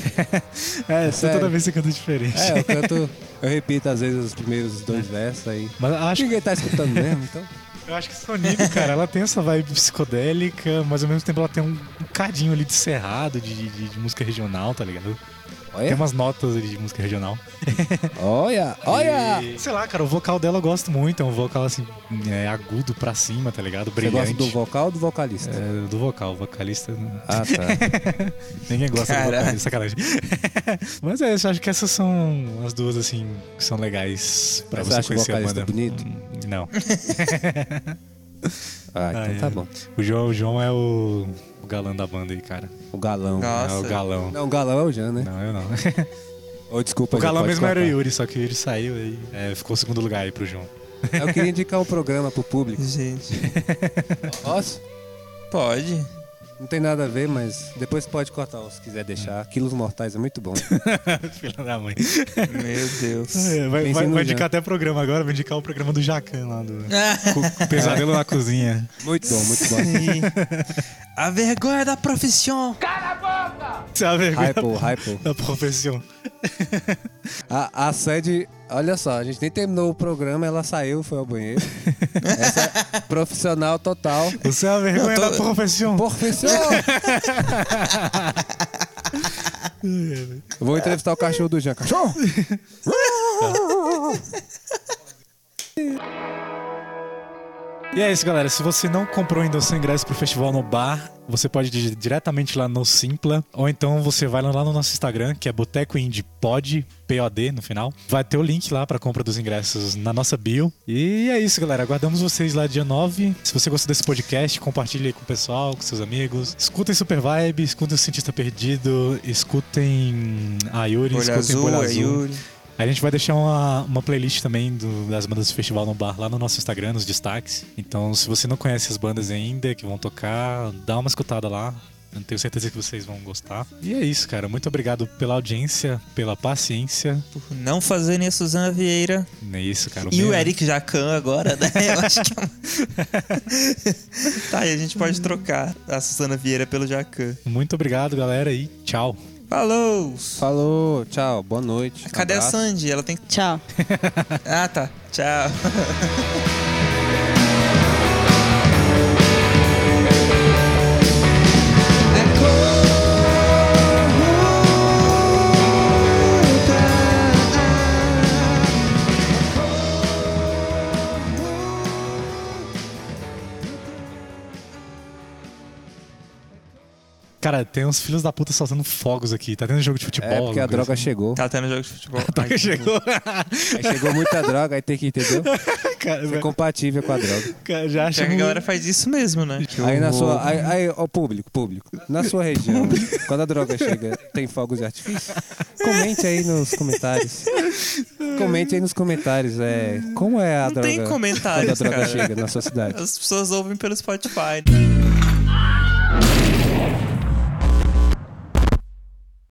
Speaker 2: É, só
Speaker 3: sério?
Speaker 2: toda vez você canta diferente.
Speaker 3: É, eu canto, eu repito às vezes os primeiros dois versos aí.
Speaker 2: Mas acho,
Speaker 3: Ninguém tá escutando mesmo, então.
Speaker 2: eu acho que o sonido, cara, ela tem essa vibe psicodélica, mas ao mesmo tempo ela tem um, um cadinho ali de cerrado, de, de- de música regional, tá ligado? Tem
Speaker 3: Olha,
Speaker 2: umas notas ali de música regional.
Speaker 3: olha, olha!
Speaker 2: E, sei lá, cara, o vocal dela eu gosto muito. É um vocal, assim, é, agudo pra cima, tá ligado?
Speaker 3: Você
Speaker 2: Brilhante.
Speaker 3: gosta do vocal ou do vocalista?
Speaker 2: É, do vocal, o vocalista. não-
Speaker 3: Ah, tá.
Speaker 2: Ninguém gosta do
Speaker 1: Caraca.
Speaker 2: vocalista, sacanagem. Mas é isso, acho que essas são as duas, assim, que são legais pra
Speaker 3: Mas
Speaker 2: você,
Speaker 3: acha o
Speaker 2: conhecer a
Speaker 3: vocalista
Speaker 2: banda.
Speaker 3: bonito?
Speaker 2: Hum, Não.
Speaker 3: Ah,
Speaker 2: Ah,
Speaker 3: então
Speaker 2: é.
Speaker 3: tá bom.
Speaker 2: O João, o João é o, o galã da banda aí, cara.
Speaker 3: O
Speaker 2: É
Speaker 3: galão.
Speaker 2: o
Speaker 1: Nossa.
Speaker 2: galão.
Speaker 3: Não, o galão é o Jean, né?
Speaker 2: Não, eu não.
Speaker 3: Ou desculpa,
Speaker 2: O galão
Speaker 3: gente, pode
Speaker 2: mesmo era o
Speaker 3: cortar.
Speaker 2: Yuri, só que o Yuri saiu e é, ficou o segundo lugar aí pro João.
Speaker 3: Eu queria indicar um programa pro público.
Speaker 1: Gente.
Speaker 3: Posso?
Speaker 1: Pode.
Speaker 3: Não tem nada a ver, mas depois pode cortar se quiser deixar. Quilos Mortais é muito bom.
Speaker 2: Filha da mãe.
Speaker 1: Meu Deus.
Speaker 2: É, vai,
Speaker 3: Pensei
Speaker 2: vai-
Speaker 3: no
Speaker 2: vai
Speaker 3: Jean.
Speaker 2: indicar até programa agora, vai indicar o programa do Jacan lá do. Co- Pesadelo na cozinha.
Speaker 3: Muito bom, muito bom.
Speaker 1: Sim. A vergonha da profissão.
Speaker 2: Isso é uma vergonha
Speaker 3: Hypo, hypo.
Speaker 2: da profissão.
Speaker 3: A, a Sandy, olha só, a gente nem terminou o programa, ela saiu, foi ao banheiro. Essa é profissional total.
Speaker 2: Você é uma vergonha
Speaker 1: tô-
Speaker 2: da profissão.
Speaker 3: Profissional! Eu Vou entrevistar o cachorro do Jean. Cachorro!
Speaker 2: E é isso, galera. Se você não comprou ainda o seu ingresso pro festival no bar, você pode ir diretamente lá no Simpla. Ou então você vai lá no nosso Instagram, que é Boteco Indie Pod, POD no final. Vai ter o link lá pra compra dos ingressos na nossa bio. E é isso, galera. Aguardamos vocês lá dia 9. Se você gostou desse podcast, compartilhe aí com o pessoal, com seus amigos. Escutem Super Vibe, escutem o Cientista Perdido, escutem a Yuri,
Speaker 1: Olho
Speaker 2: escutem
Speaker 1: azul,
Speaker 2: Bolha
Speaker 1: é
Speaker 2: Azul.
Speaker 1: Yuri.
Speaker 2: A gente vai deixar uma, uma playlist também do- das bandas do Festival no Bar lá no nosso Instagram, nos destaques. Então, se você não conhece as bandas ainda que vão tocar, dá uma escutada lá. Eu tenho certeza que vocês vão gostar. E é isso, cara. Muito obrigado pela audiência, pela paciência.
Speaker 1: Por não fazerem a Suzana Vieira.
Speaker 2: É isso, cara.
Speaker 1: E o
Speaker 2: Bem-
Speaker 1: Eric Jacan agora, né? Eu acho que é uma... Tá, e a gente pode trocar a Suzana Vieira pelo Jacan.
Speaker 2: Muito obrigado, galera, e tchau.
Speaker 1: Falou!
Speaker 3: Falou, tchau, boa noite.
Speaker 1: Cadê a
Speaker 3: abraço.
Speaker 1: Sandy? Ela tem que...
Speaker 5: Tchau.
Speaker 1: Ah, tá. Tchau.
Speaker 2: Cara, tem uns filhos da puta soltando fogos aqui. Tá tendo jogo de futebol.
Speaker 3: É porque a
Speaker 2: alguma coisa
Speaker 3: droga
Speaker 2: assim.
Speaker 3: chegou.
Speaker 1: Tá tendo jogo de futebol.
Speaker 2: A droga
Speaker 1: Ai,
Speaker 2: chegou.
Speaker 3: Aí chegou muita droga, aí tem que, entendeu?
Speaker 2: cara,
Speaker 3: É compatível com a droga.
Speaker 2: cara, já acha
Speaker 1: Pior que a galera faz isso mesmo, né?
Speaker 3: Aí na sua. Aí, aí, ó, público, público. Na sua região, quando a droga chega, tem fogos de artifício? Comente aí nos comentários. Comente aí nos comentários. É, como é a
Speaker 1: Não
Speaker 3: droga?
Speaker 1: tem
Speaker 3: Quando a
Speaker 1: comentários,
Speaker 3: droga
Speaker 1: cara.
Speaker 3: chega na sua cidade.
Speaker 1: As pessoas ouvem pelo Spotify.